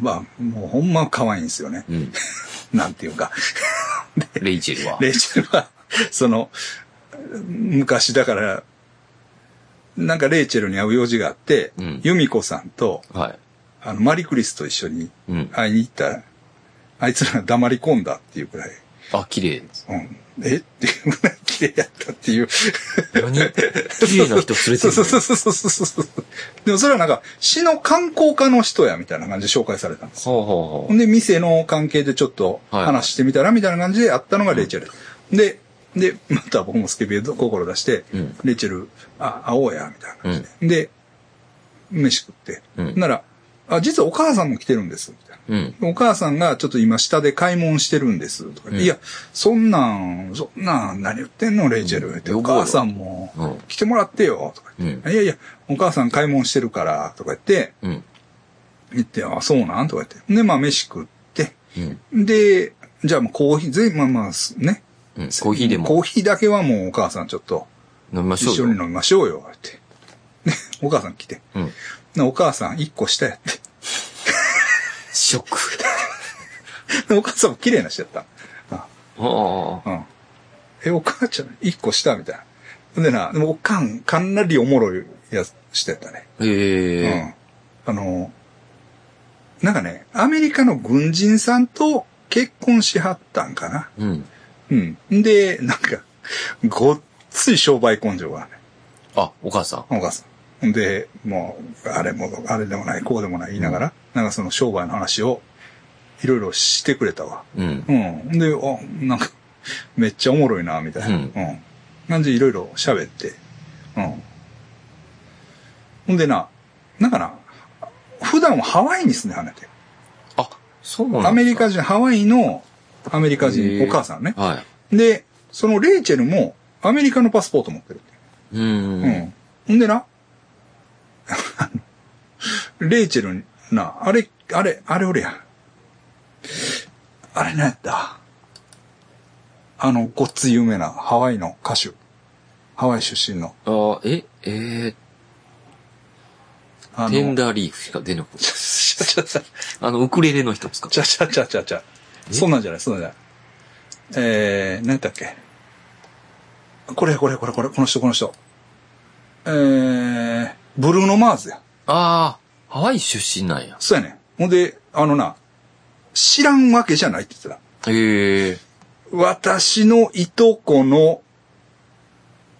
S1: まあ、もうほんま可愛いんですよね。
S2: うん。
S1: なんていうか。
S2: レイチェルは。
S1: レイチェルは、その、昔だから、なんかレイチェルに会う用事があって、
S2: うん
S1: ユミコさんと、
S2: は
S1: あの、マリクリスと一緒に
S2: い。うん。
S1: 会いに行ったら、あいつら黙り込んだっていうくらい、
S2: あ、綺麗です。
S1: うん、え っていうぐらい綺麗やったっていう。
S2: 何綺麗な人連れて
S1: そう
S2: る
S1: そうそうそうそうそう。でもそれはなんか、市の観光課の人やみたいな感じで紹介されたんです。
S2: ほうほう
S1: ほんで、店の関係でちょっと
S2: はい
S1: 話してみたらみたいな感じであったのがレイチェル。で、で、また僕もスケベ心出して、
S2: うん
S1: レイチェル、あ、会おうや、みたいな感じで。で、飯食って。
S2: うん
S1: なら、あ、実はお母さんも来てるんです、みたいな。
S2: ほう。うん。
S1: お母さんがちょっと今下で買い物してるんですとか言って、
S2: うん
S1: いや、そんなん、そんなん、何言ってんの、レイチェル。って
S2: うん
S1: お母さんも
S2: うん、
S1: 来てもらってよ、とか言って、いやいや、お母さん買い物してるから、とか言って、
S2: うん。
S1: 言って、あ、そうなんとか言って。で、まあ、飯食って、
S2: うん。
S1: で、じゃあもうコーヒー、全まあまあ、ね。
S2: うん。コーヒーで
S1: コ
S2: も
S1: ーヒーだけはもうお母さんちょっと、
S2: 飲みまし
S1: 一
S2: ょ
S1: 緒
S2: う
S1: に
S2: よ。
S1: 飲みましょうよ、って。でお母さん来て。
S2: うん。
S1: でお母さん一個下やって。
S2: ショック。
S1: でお母さんも綺麗な人やった。
S2: ああ。
S1: うん。え、お母ちゃん、一個下みたいな。ほんでな、でもおかん、かなりおもろいやつしてたね。
S2: ええ。
S1: うん。あの、なんかね、アメリカの軍人さんと結婚しはったんかな。
S2: うん。
S1: うん。で、なんか、ごっつい商売根性があるね、
S2: あ、お母さん。
S1: お母さん。ほんで、もう、あれも、あれでもない、こうでもない言いながら、なんかその商売の話を、いろいろしてくれたわ。
S2: うん。
S1: うん。で、あ、なんか、めっちゃおもろいな、みたいな。
S2: う
S1: うんん。感じでいろいろ喋って。うん。ほんでな、なんかな、普段はハワイに住んではんねんて。
S2: あ、そうなんだ
S1: アメリカ人、ハワイのアメリカ
S2: へ
S1: 人、
S2: ー
S1: お母さんね。
S2: は
S1: で、そのレイチェルもアメリカのパスポート持ってるって。
S2: い。うん。
S1: うん。ほんでな、 レイチェルにな、あれ、あれ、あれ俺や。あれなんやったあの、ごっつい有名なハワイの歌手。ハワイ出身の。
S2: あえ、え
S1: あ
S2: ー、テ
S1: の、
S2: ンダーリーフしか出なくて。
S1: ちゃちゃちゃ
S2: あの、ウクレレの人ですか
S1: ちゃちゃちゃちゃちゃ。そんなんじゃない、そんなんじゃない。えー、何やったっけこれこれこれこれ、この人この人。えー、ブルーノ・マーズや。
S2: ああ、ハワイ出身なんや。
S1: そうやね。ほんで、あのな、知らんわけじゃないって言って
S2: へえ。
S1: た。私のいとこの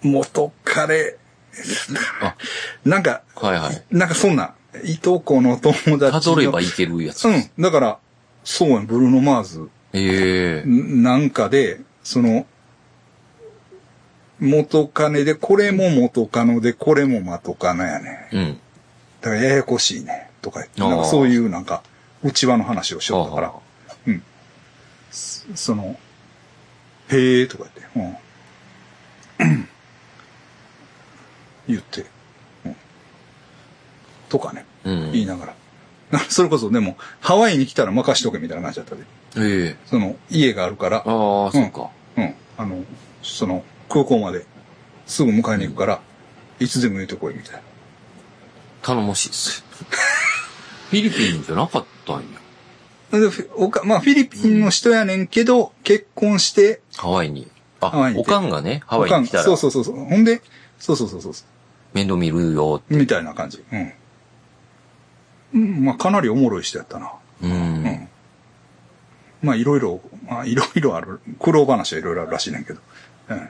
S1: 元彼、
S2: あ、
S1: なんか、
S2: はいはい。
S1: なんかそんな、いとこの友達の。
S2: たどればいけるやつ。
S1: うん。だから、そうやん、ブルーノ・マーズ
S2: へえ。
S1: なんかで、その、元カネで、これも元カノで、これも元カノやね。
S2: うん。
S1: だからややこしいね。とか言って、
S2: あー
S1: なんかそういうなんか、内輪の話をし
S2: は
S1: よ
S2: あ
S1: ったから
S2: は。
S1: その、へえとか言って、うん。うん 言って、うん。とかね、
S2: あうん。
S1: 言いながら。 なそれこそでも、ハワイに来たら任しとけみたいな感じだったで。
S2: ええ。
S1: その、家があるから、
S2: ああ、そうか。
S1: うん。あの、その、空港まですぐ迎えに行くから、いつでも言うてこいみたいな。
S2: 頼もしいっす。フィリピンじゃなかったんや。
S1: でフィおかまあ、フィリピンの人やねんけど、結婚して、
S2: ハワイに。
S1: ハワ
S2: あ
S1: イ、に
S2: おかんがね、ハワイに来た
S1: そう
S2: ら
S1: そうそうそう。ほんで、そうそうそうそうそう。
S2: 面倒見るよ。
S1: みたいな感じ。うん。うん、まあ、かなりおもろい人やったな。
S2: う。
S1: うんん。まあ、いろいろ、まあ、いろいろある。苦労話はいろいろあるらしいねんけど。うん。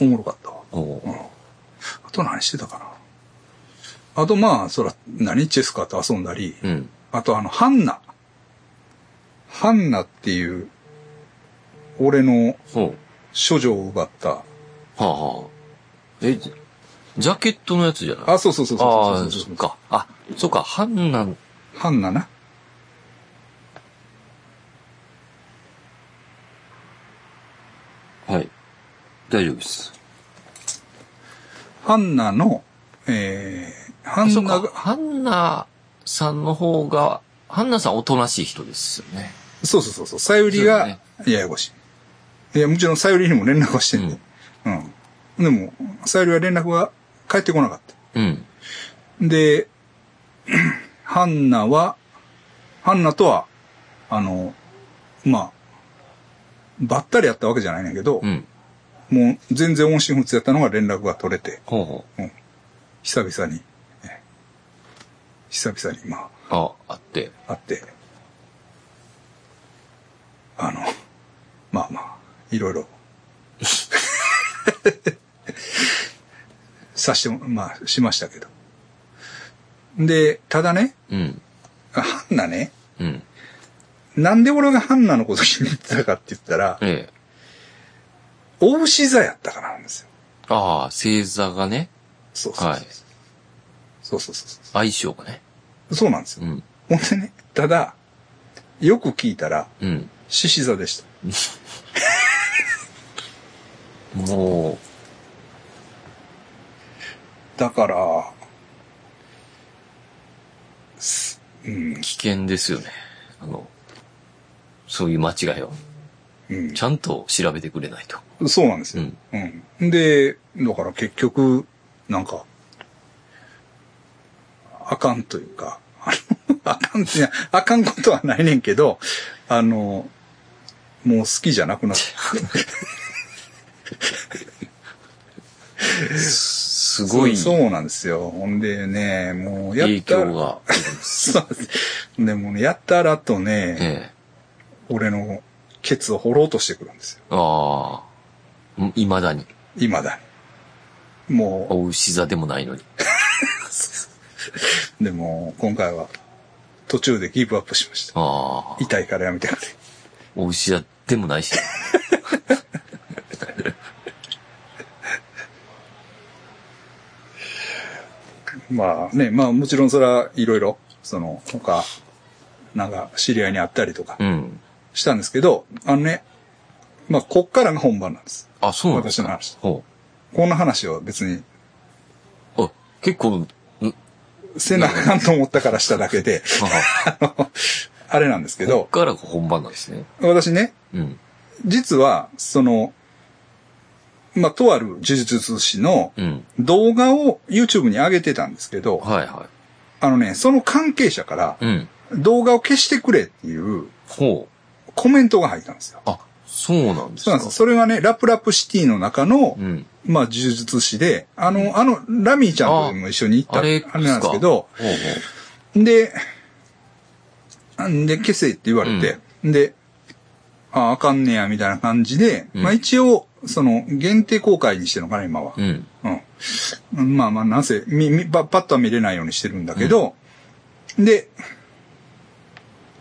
S1: おもろかったわ。
S2: お
S1: うん。
S2: う
S1: あと何してたかな。あと、まあ、そら、何チェスカーと遊んだり、
S2: うん。
S1: あと、あの、ハンナ。ハンナっていう、俺の
S2: おう
S1: 処女を奪った。
S2: はあはあ。え、ジジャケットのやつじゃない
S1: あ、そうそうそう
S2: あ
S1: そ
S2: あ、
S1: うそう
S2: そ
S1: そう
S2: っ。か。あ、そっか、ハンナ、
S1: ハンナな。
S2: はい。大丈夫です。
S1: ハンナの、えー、ハ
S2: あそ
S1: ン
S2: う
S1: ナ
S2: か
S1: が、
S2: ハンナさんの方が、ハンナさんおとなしい人ですよね。
S1: そうそうそうそう、さゆりが
S2: そう
S1: ややこしい。いや、もちろんさゆりにも連絡はしてんね、うん。でも、さゆりは連絡が返ってこなかった。
S2: うん。
S1: で、 ハンナは、ハンナとは、あの、まあ、ばったりやったわけじゃないねんだけど、
S2: うん。
S1: もう全然音信不通やったのが連絡が取れて、
S2: ほうほ
S1: 久々に、え久々に、ま
S2: う。あ、あって。
S1: あ、会って、あの、まあまあ、いろい ろ、さしても、まあ、しましたけど。で、ただね、
S2: うん。
S1: ハンナね、
S2: うん。
S1: なんで俺がハンナのこと気に入ってたかって言ったら、
S2: ええ。
S1: 大牛座やったからなんですよ。
S2: ああ、星座がね、
S1: そうそうそう。
S2: はい
S1: そうそうそうそ
S2: 相性がね。
S1: う。そうなんですよ。
S2: うん。
S1: ほんでね、ただ、よく聞いたら、
S2: うん。
S1: 獅子座でした。
S2: も
S1: だから、すうん
S2: う、、危険ですよね。あの、そういう間違いを。ち
S1: う
S2: ゃんと調べてくれないと。
S1: ん。そうなんです
S2: う
S1: よ。
S2: ん。
S1: うん。で、だから結局、なんか、あかんというか、 あのあかん、いや、あかんことはないねんけど、あの、もう好きじゃなくなった。
S2: すごい
S1: そうそうなんですよ。ほんでね、もうや
S2: 影
S1: った
S2: 響
S1: ら、
S2: が出るんです。
S1: そうなんです。でもね、やったらとね、
S2: ええ。
S1: 俺のケツを掘ろうとしてくるんですよ。
S2: ああ。ん未だに。
S1: 未だに。もう、
S2: お牛座でもないのに。
S1: でも、今回は、途中でギブアップしました。
S2: ああ。
S1: 痛いからやめてくれ。
S2: お牛座でもないし。
S1: まあね、まあもちろんそれはいろいろ、その、他、なんか知り合いに会ったりとか
S2: うん。
S1: したんですけど、あのね、まあこっからが本番なんです。
S2: あ、そうなんですか。
S1: 私の話
S2: ほ
S1: こんな話は別に
S2: う。あ、結構、ん
S1: せなあかんと思ったからしただけで、
S2: あ
S1: あの、あれなんですけ
S2: こっ
S1: ど、
S2: からが本番なんですね。
S1: 私ね、
S2: うん。
S1: 実は、その、まあとある呪術師の
S2: うん。
S1: 動画を YouTube に上げてたんですけど、
S2: はいは
S1: あのね、その関係者から
S2: い。うん。
S1: 動画を消してくれっていう
S2: ほう。
S1: コメントが入ったんですよ。
S2: あ、そうなんです
S1: そう
S2: か。
S1: なんです。それがね、ラプラプシティの中の、
S2: うん。
S1: まあ、呪術師で、あの、あの、ラミーちゃんとも一緒に行った、
S2: あ
S1: あれ
S2: れ
S1: なんですけど、
S2: ほうほ
S1: で、んで、消せって言われて、で、あ、あかんねや、みたいな感じで、
S2: うん
S1: まあ一応、その、限定公開にしてるのかな、今は
S2: う。。うん。
S1: うん。まあまあ、なぜ、み、み、ばパッとは見れないようにしてるんだけど、で、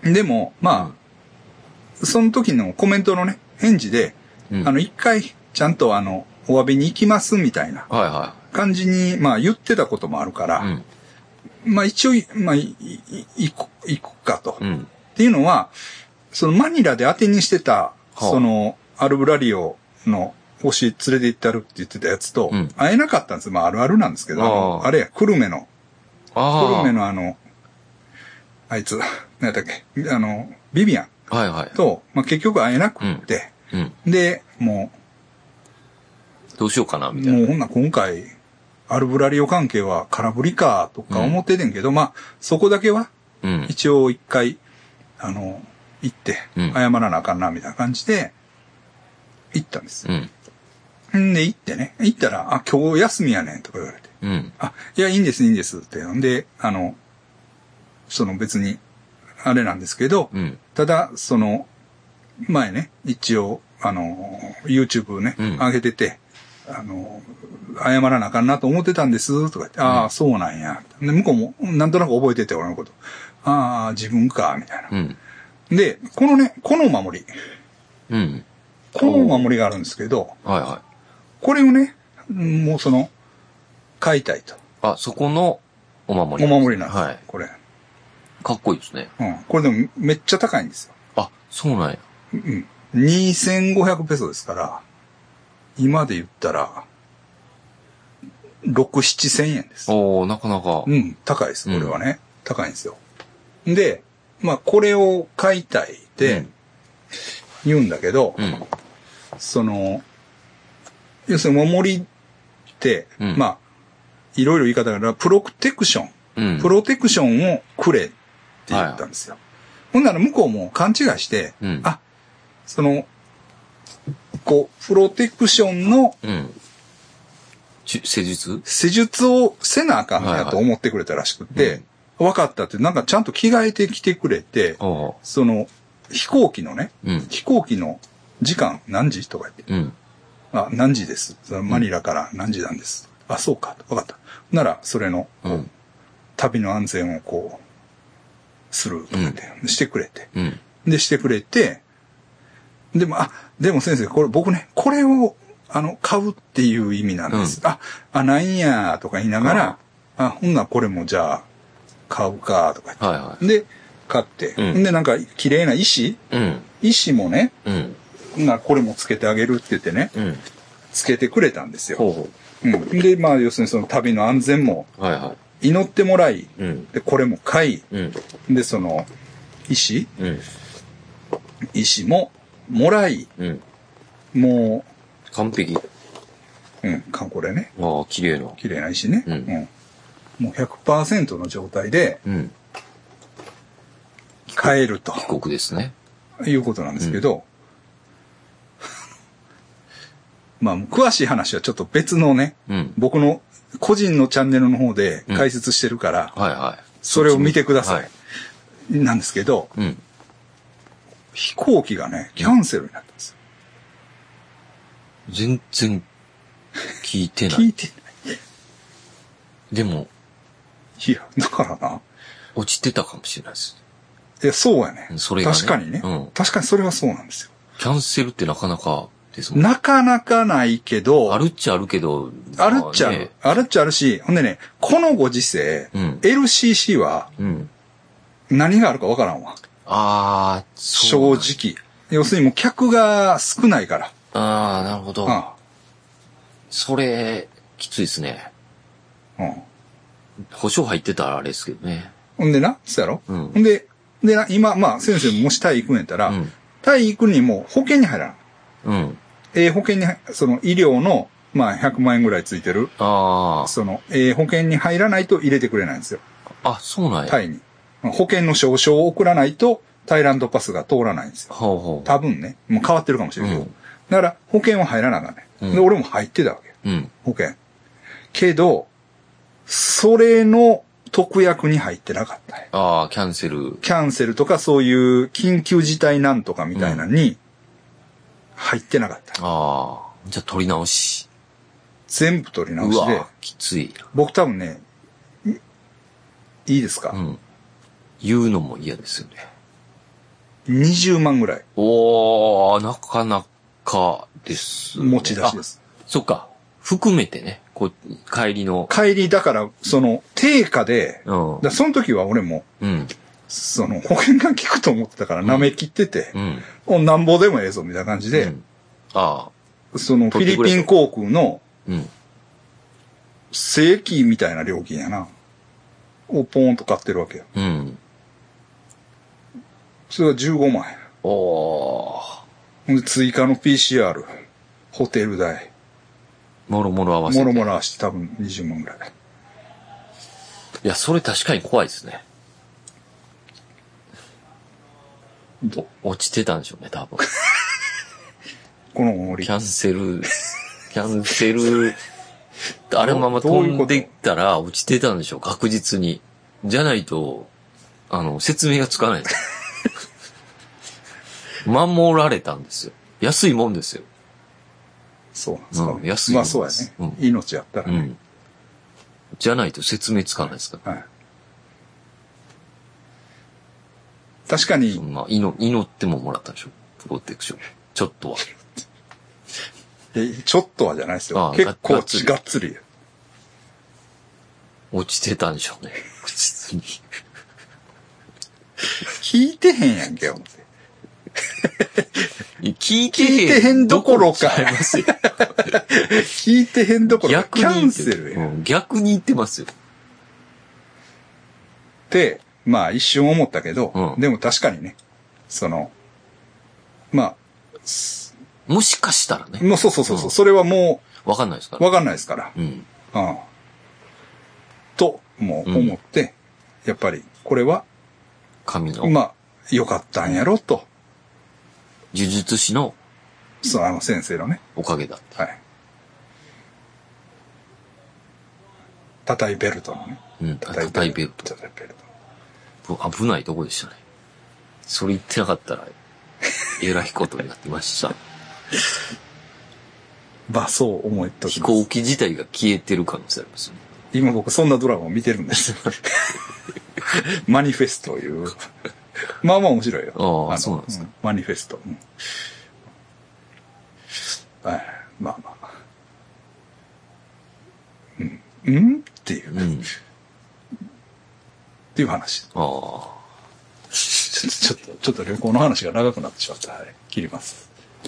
S1: でも、まあ、その時のコメントのね、返事で、
S2: うん。
S1: あ
S2: はい
S1: の、一回、ちゃんとあの、お詫びに行きます、みたいな
S2: は
S1: 感じに、まあ、言ってたこともあるか
S2: い。う
S1: ら、
S2: ん。
S1: まあ、一応、まあ、い、い、い行こ、行こうかと。
S2: う
S1: っ
S2: ん。
S1: ていうのは、その、マニラで当てにしてた、
S2: あ
S1: その、アルブラリオの星連れて行ってあるって言ってたやつと
S2: うん、
S1: 会えなかったんです。まあ、あるあるなんですけど、あの
S2: ああ
S1: あれや、久留米の、久
S2: ああ。
S1: 留米のあの、あいつ、何だっけ、あの、ビビアン
S2: はいはい。
S1: と、まあ、結局会えなくって、
S2: うん。
S1: で、もう、
S2: どうしようかな、みたいな。
S1: もうほんなら今回、アルブラリオ関係は空振りかとか思っててんけど、まあ、そこだけは
S2: うん。
S1: 一応一回、あの、行って
S2: うん、
S1: 謝らなあかんな、みたいな感じで、行ったんです。
S2: うん。
S1: んで、行ってね、行ったら、あ、今日休みやねんとか言われて、
S2: うん。
S1: あ、いや、いいんです、いいんですって。んで、あの、その別に、あれなんですけど、
S2: うん。
S1: ただ、その、前ね、一応、あの、YouTube ね、
S2: うん
S1: 上げてて、あの、謝らなあかんなと思ってたんです、とか言って、ああ、そうなんや。で、向こうも、なんとなく覚えてて、俺のこと。ああ、自分か、みたいな。
S2: うん。
S1: で、このね、この守り、
S2: うん。
S1: この守りがあるんですけど、
S2: はいはい。
S1: これをね、もうその、買いたいと。
S2: あ、そこのお守
S1: お
S2: り。
S1: 守りなんですよ、
S2: はい。
S1: これ。
S2: かっこいいですね。
S1: うん。これでもめっちゃ高いんですよ。
S2: あ、そうなんや。
S1: うん。2500ペソですから、今で言ったら、6、7千円です。
S2: おー、なかなか。
S1: うん、高いです、これはね。高いんですよ。で、まあ、これを買いたいって
S2: うん
S1: 言うんだけど、
S2: うん。
S1: その、要するに守りって、
S2: うん
S1: まあ、いろいろ言い方があるから、プロテクション、
S2: うん。
S1: プロテクションをくれって言ったんですよ。ほんなら向こうも勘違いして、
S2: うん
S1: あ、その、こう、プロテクションの
S2: うん。ち施術
S1: 施術をせなあかんのやと思ってくれたらしく
S2: はいはい
S1: て、分かったって、なんかちゃんと着替えてきてくれて、
S2: ああ。
S1: その、飛行機のね、
S2: うん。
S1: 飛行機の時間何時とか言って、
S2: うん。
S1: あ、何時です。そのマニラから何時なんです。あ、そうか。分かった。なら、それの、
S2: う。
S1: こうん旅の安全をこう、するとか言って、してくれて。
S2: うん。
S1: で、してくれて、でも、あ、でも先生、これ、僕ね、これを、あの、買うっていう意味なんです。あ、あ、なんや、とか言いながら、あ、ほんならこれもじゃあ、買うか、とか言っ
S2: はいは
S1: て。で、買って。
S2: うん
S1: で、なんか、綺麗な石
S2: い。うん。
S1: 石もね、
S2: うん。
S1: ほんならこれもつけてあげるって言ってね、
S2: うん。
S1: つけてくれたんですよ。
S2: ほうほ
S1: うん。で、まあ、要するにその旅の安全も
S2: う。はいは
S1: 祈ってもらい、
S2: い。うん。
S1: で、これも買い、
S2: うん。
S1: で、その、石
S2: うん。
S1: 石ももらい、
S2: うん。
S1: も
S2: 完璧。
S1: う、うん、かこれね、
S2: ああ、綺麗な。
S1: 綺麗な石ね。
S2: うん
S1: もう100%の状態で
S2: うん。
S1: 買えると
S2: 帰国ですね。
S1: いうことなんですけど、 まあ、詳しい話はちょっと別のね、
S2: うん。
S1: 僕の個人のチャンネルの方で解説してるから、
S2: はいはい。
S1: それを見てください
S2: は
S1: なんですけど、
S2: うん。
S1: 飛行機がね、キャンセルになったんですよ。
S2: 全然聞いてな
S1: 聞
S2: い。
S1: いてな
S2: でも、
S1: い。いや、だからな、
S2: 落ちてたかもしれないです。
S1: いや、そうやね。
S2: それがね
S1: 確かにね、
S2: うん
S1: 確かにそれはそうなんですよ。
S2: キャンセルってなかなかですもんね。
S1: なかなかないけど、
S2: あるっちゃあるけど。
S1: あるっちゃあ
S2: まあ
S1: る
S2: ね。
S1: あるっちゃあるし、ほんでね、このご時世、
S2: うん。
S1: LCC は
S2: うん。
S1: 何があるかわからんわ。
S2: ああ、
S1: 正
S2: そうなんだ。
S1: 直。要するにもう客が少ないから。
S2: ああ、なるほど。
S1: あ
S2: それ、きついですね。
S1: あうん。
S2: 保証入ってたらあれですけどね。
S1: ほんでな、そうやろ、
S2: うん
S1: ほんで、でな、今、まあ先生もしタイ行くんやったら、
S2: うん
S1: タイ行くにも保険に入らん。
S2: うん。
S1: ええ保険に入、その医療の、まあ100万円ぐらいついてる、
S2: あ
S1: その、ええ保険に入らないと入れてくれないんですよ。
S2: あ。あ、そうなんや。
S1: タイに。保険の証書を送らないと、タイランドパスが通らないんですよ。
S2: ほうほう。
S1: 多分ね。もう変わってるかもしれないけど。
S2: うん
S1: だから、保険は入らなあかんね、
S2: うん
S1: で、俺も入ってたわけ。
S2: うん。
S1: 保険。けど、それの特約に入ってなかったね。
S2: ああ、キャンセル。
S1: キャンセルとかそういう緊急事態なんとかみたいなのに、入ってなかった。
S2: ああ。じゃあ取り直し。
S1: 全部取り直
S2: う
S1: しで
S2: わ、、きつい
S1: 僕多分ね、いいいですか、
S2: な。うん。言うのも嫌ですよね。
S1: ?20 万ぐらい
S2: おー、なかなかです、
S1: 持ち出しです。
S2: あ。そっか。含めてね、こう、帰りの。
S1: 帰り、だから、その、定価で、
S2: うん
S1: だか。らその時は俺も、
S2: うん。
S1: その、保険が効くと思ってたから舐め切ってて
S2: う、ん。
S1: おなんぼでもええぞ、みたいな感じ
S2: う
S1: で、
S2: ん、ああ。
S1: その、フ
S2: 取
S1: ィ
S2: って
S1: リ
S2: くれと
S1: ピン航空の
S2: うん。
S1: 正規みたいな料金やな。をポーンと買ってるわけよ。
S2: うん。
S1: それが15万円。
S2: おー。
S1: ほんで、追加の PCR、ホテル代、
S2: もろもろ合わせ
S1: も
S2: て。
S1: ろもろして多分20万ぐらい。
S2: いや、それ確かに怖いですね。
S1: ど
S2: 落ちてたんでしょうね、多分。
S1: この折
S2: キャンセル、キャンセル、あれまま飛んでいったら落ちてたんでしょう、確実に。じゃないと、あの、説明がつかないです。 守られたんですよ。安いもんですよ。
S1: そうなんですか。
S2: うん安い
S1: まあそうやね。
S2: う
S1: 命やったら
S2: う
S1: ね。
S2: ん。じゃないと説明つかないですから。
S1: はい。確かに
S2: そ、んな、祈祈ってももらったんでしょプロテクション。ちょっとは。
S1: えちょっとはじゃないです
S2: あ
S1: よ
S2: あ。
S1: 結構
S2: がっつり
S1: がっつり。
S2: 落ちてたんでしょうね。確実に。
S1: 聞いてへんやんけ、思って
S2: いや聞いて
S1: 聞いてへんどころか
S2: ちゃいますよ。
S1: 聞いてへんどころか
S2: 逆
S1: キ
S2: に
S1: ャ
S2: 言
S1: ン
S2: ってる
S1: セルやっ
S2: うん逆に言ってますよ。
S1: て、まあ一瞬思ったけど、
S2: うん
S1: でも確かにね、その、まあ、す
S2: もしかしたらね、
S1: もうそうそうそうそう。それはも
S2: わかんないですか
S1: う、
S2: ら。
S1: わかんないですから。
S2: うん。
S1: うん。と、もう思って、やっぱり、これは、
S2: 神の、呪
S1: まあ、良かったんやろ、と。
S2: 術師の
S1: その、あの先生のね。
S2: おかげだって。
S1: はい。叩いベルトのね。
S2: うん。叩いベルト。
S1: 叩いベルト。
S2: ぶ危ないとこでしたね。それ言ってなかった ら、えらいことになってました。
S1: まあ、そう思いとき
S2: 飛
S1: ます
S2: 行機自体が消えてる可能性ありますよね。
S1: 今僕そんなドラマを見てるんです。 マニフェストいう。まあまあ面白いよ。
S2: ああ
S1: の
S2: そうなんですか
S1: マニフェスト。うんはいまあまあ。うん。うんっていう、
S2: う
S1: っ
S2: ん。
S1: ていう話。
S2: ああ。
S1: ちょっと、ちょっと旅行の話が長くなってしまった。はい。切ります。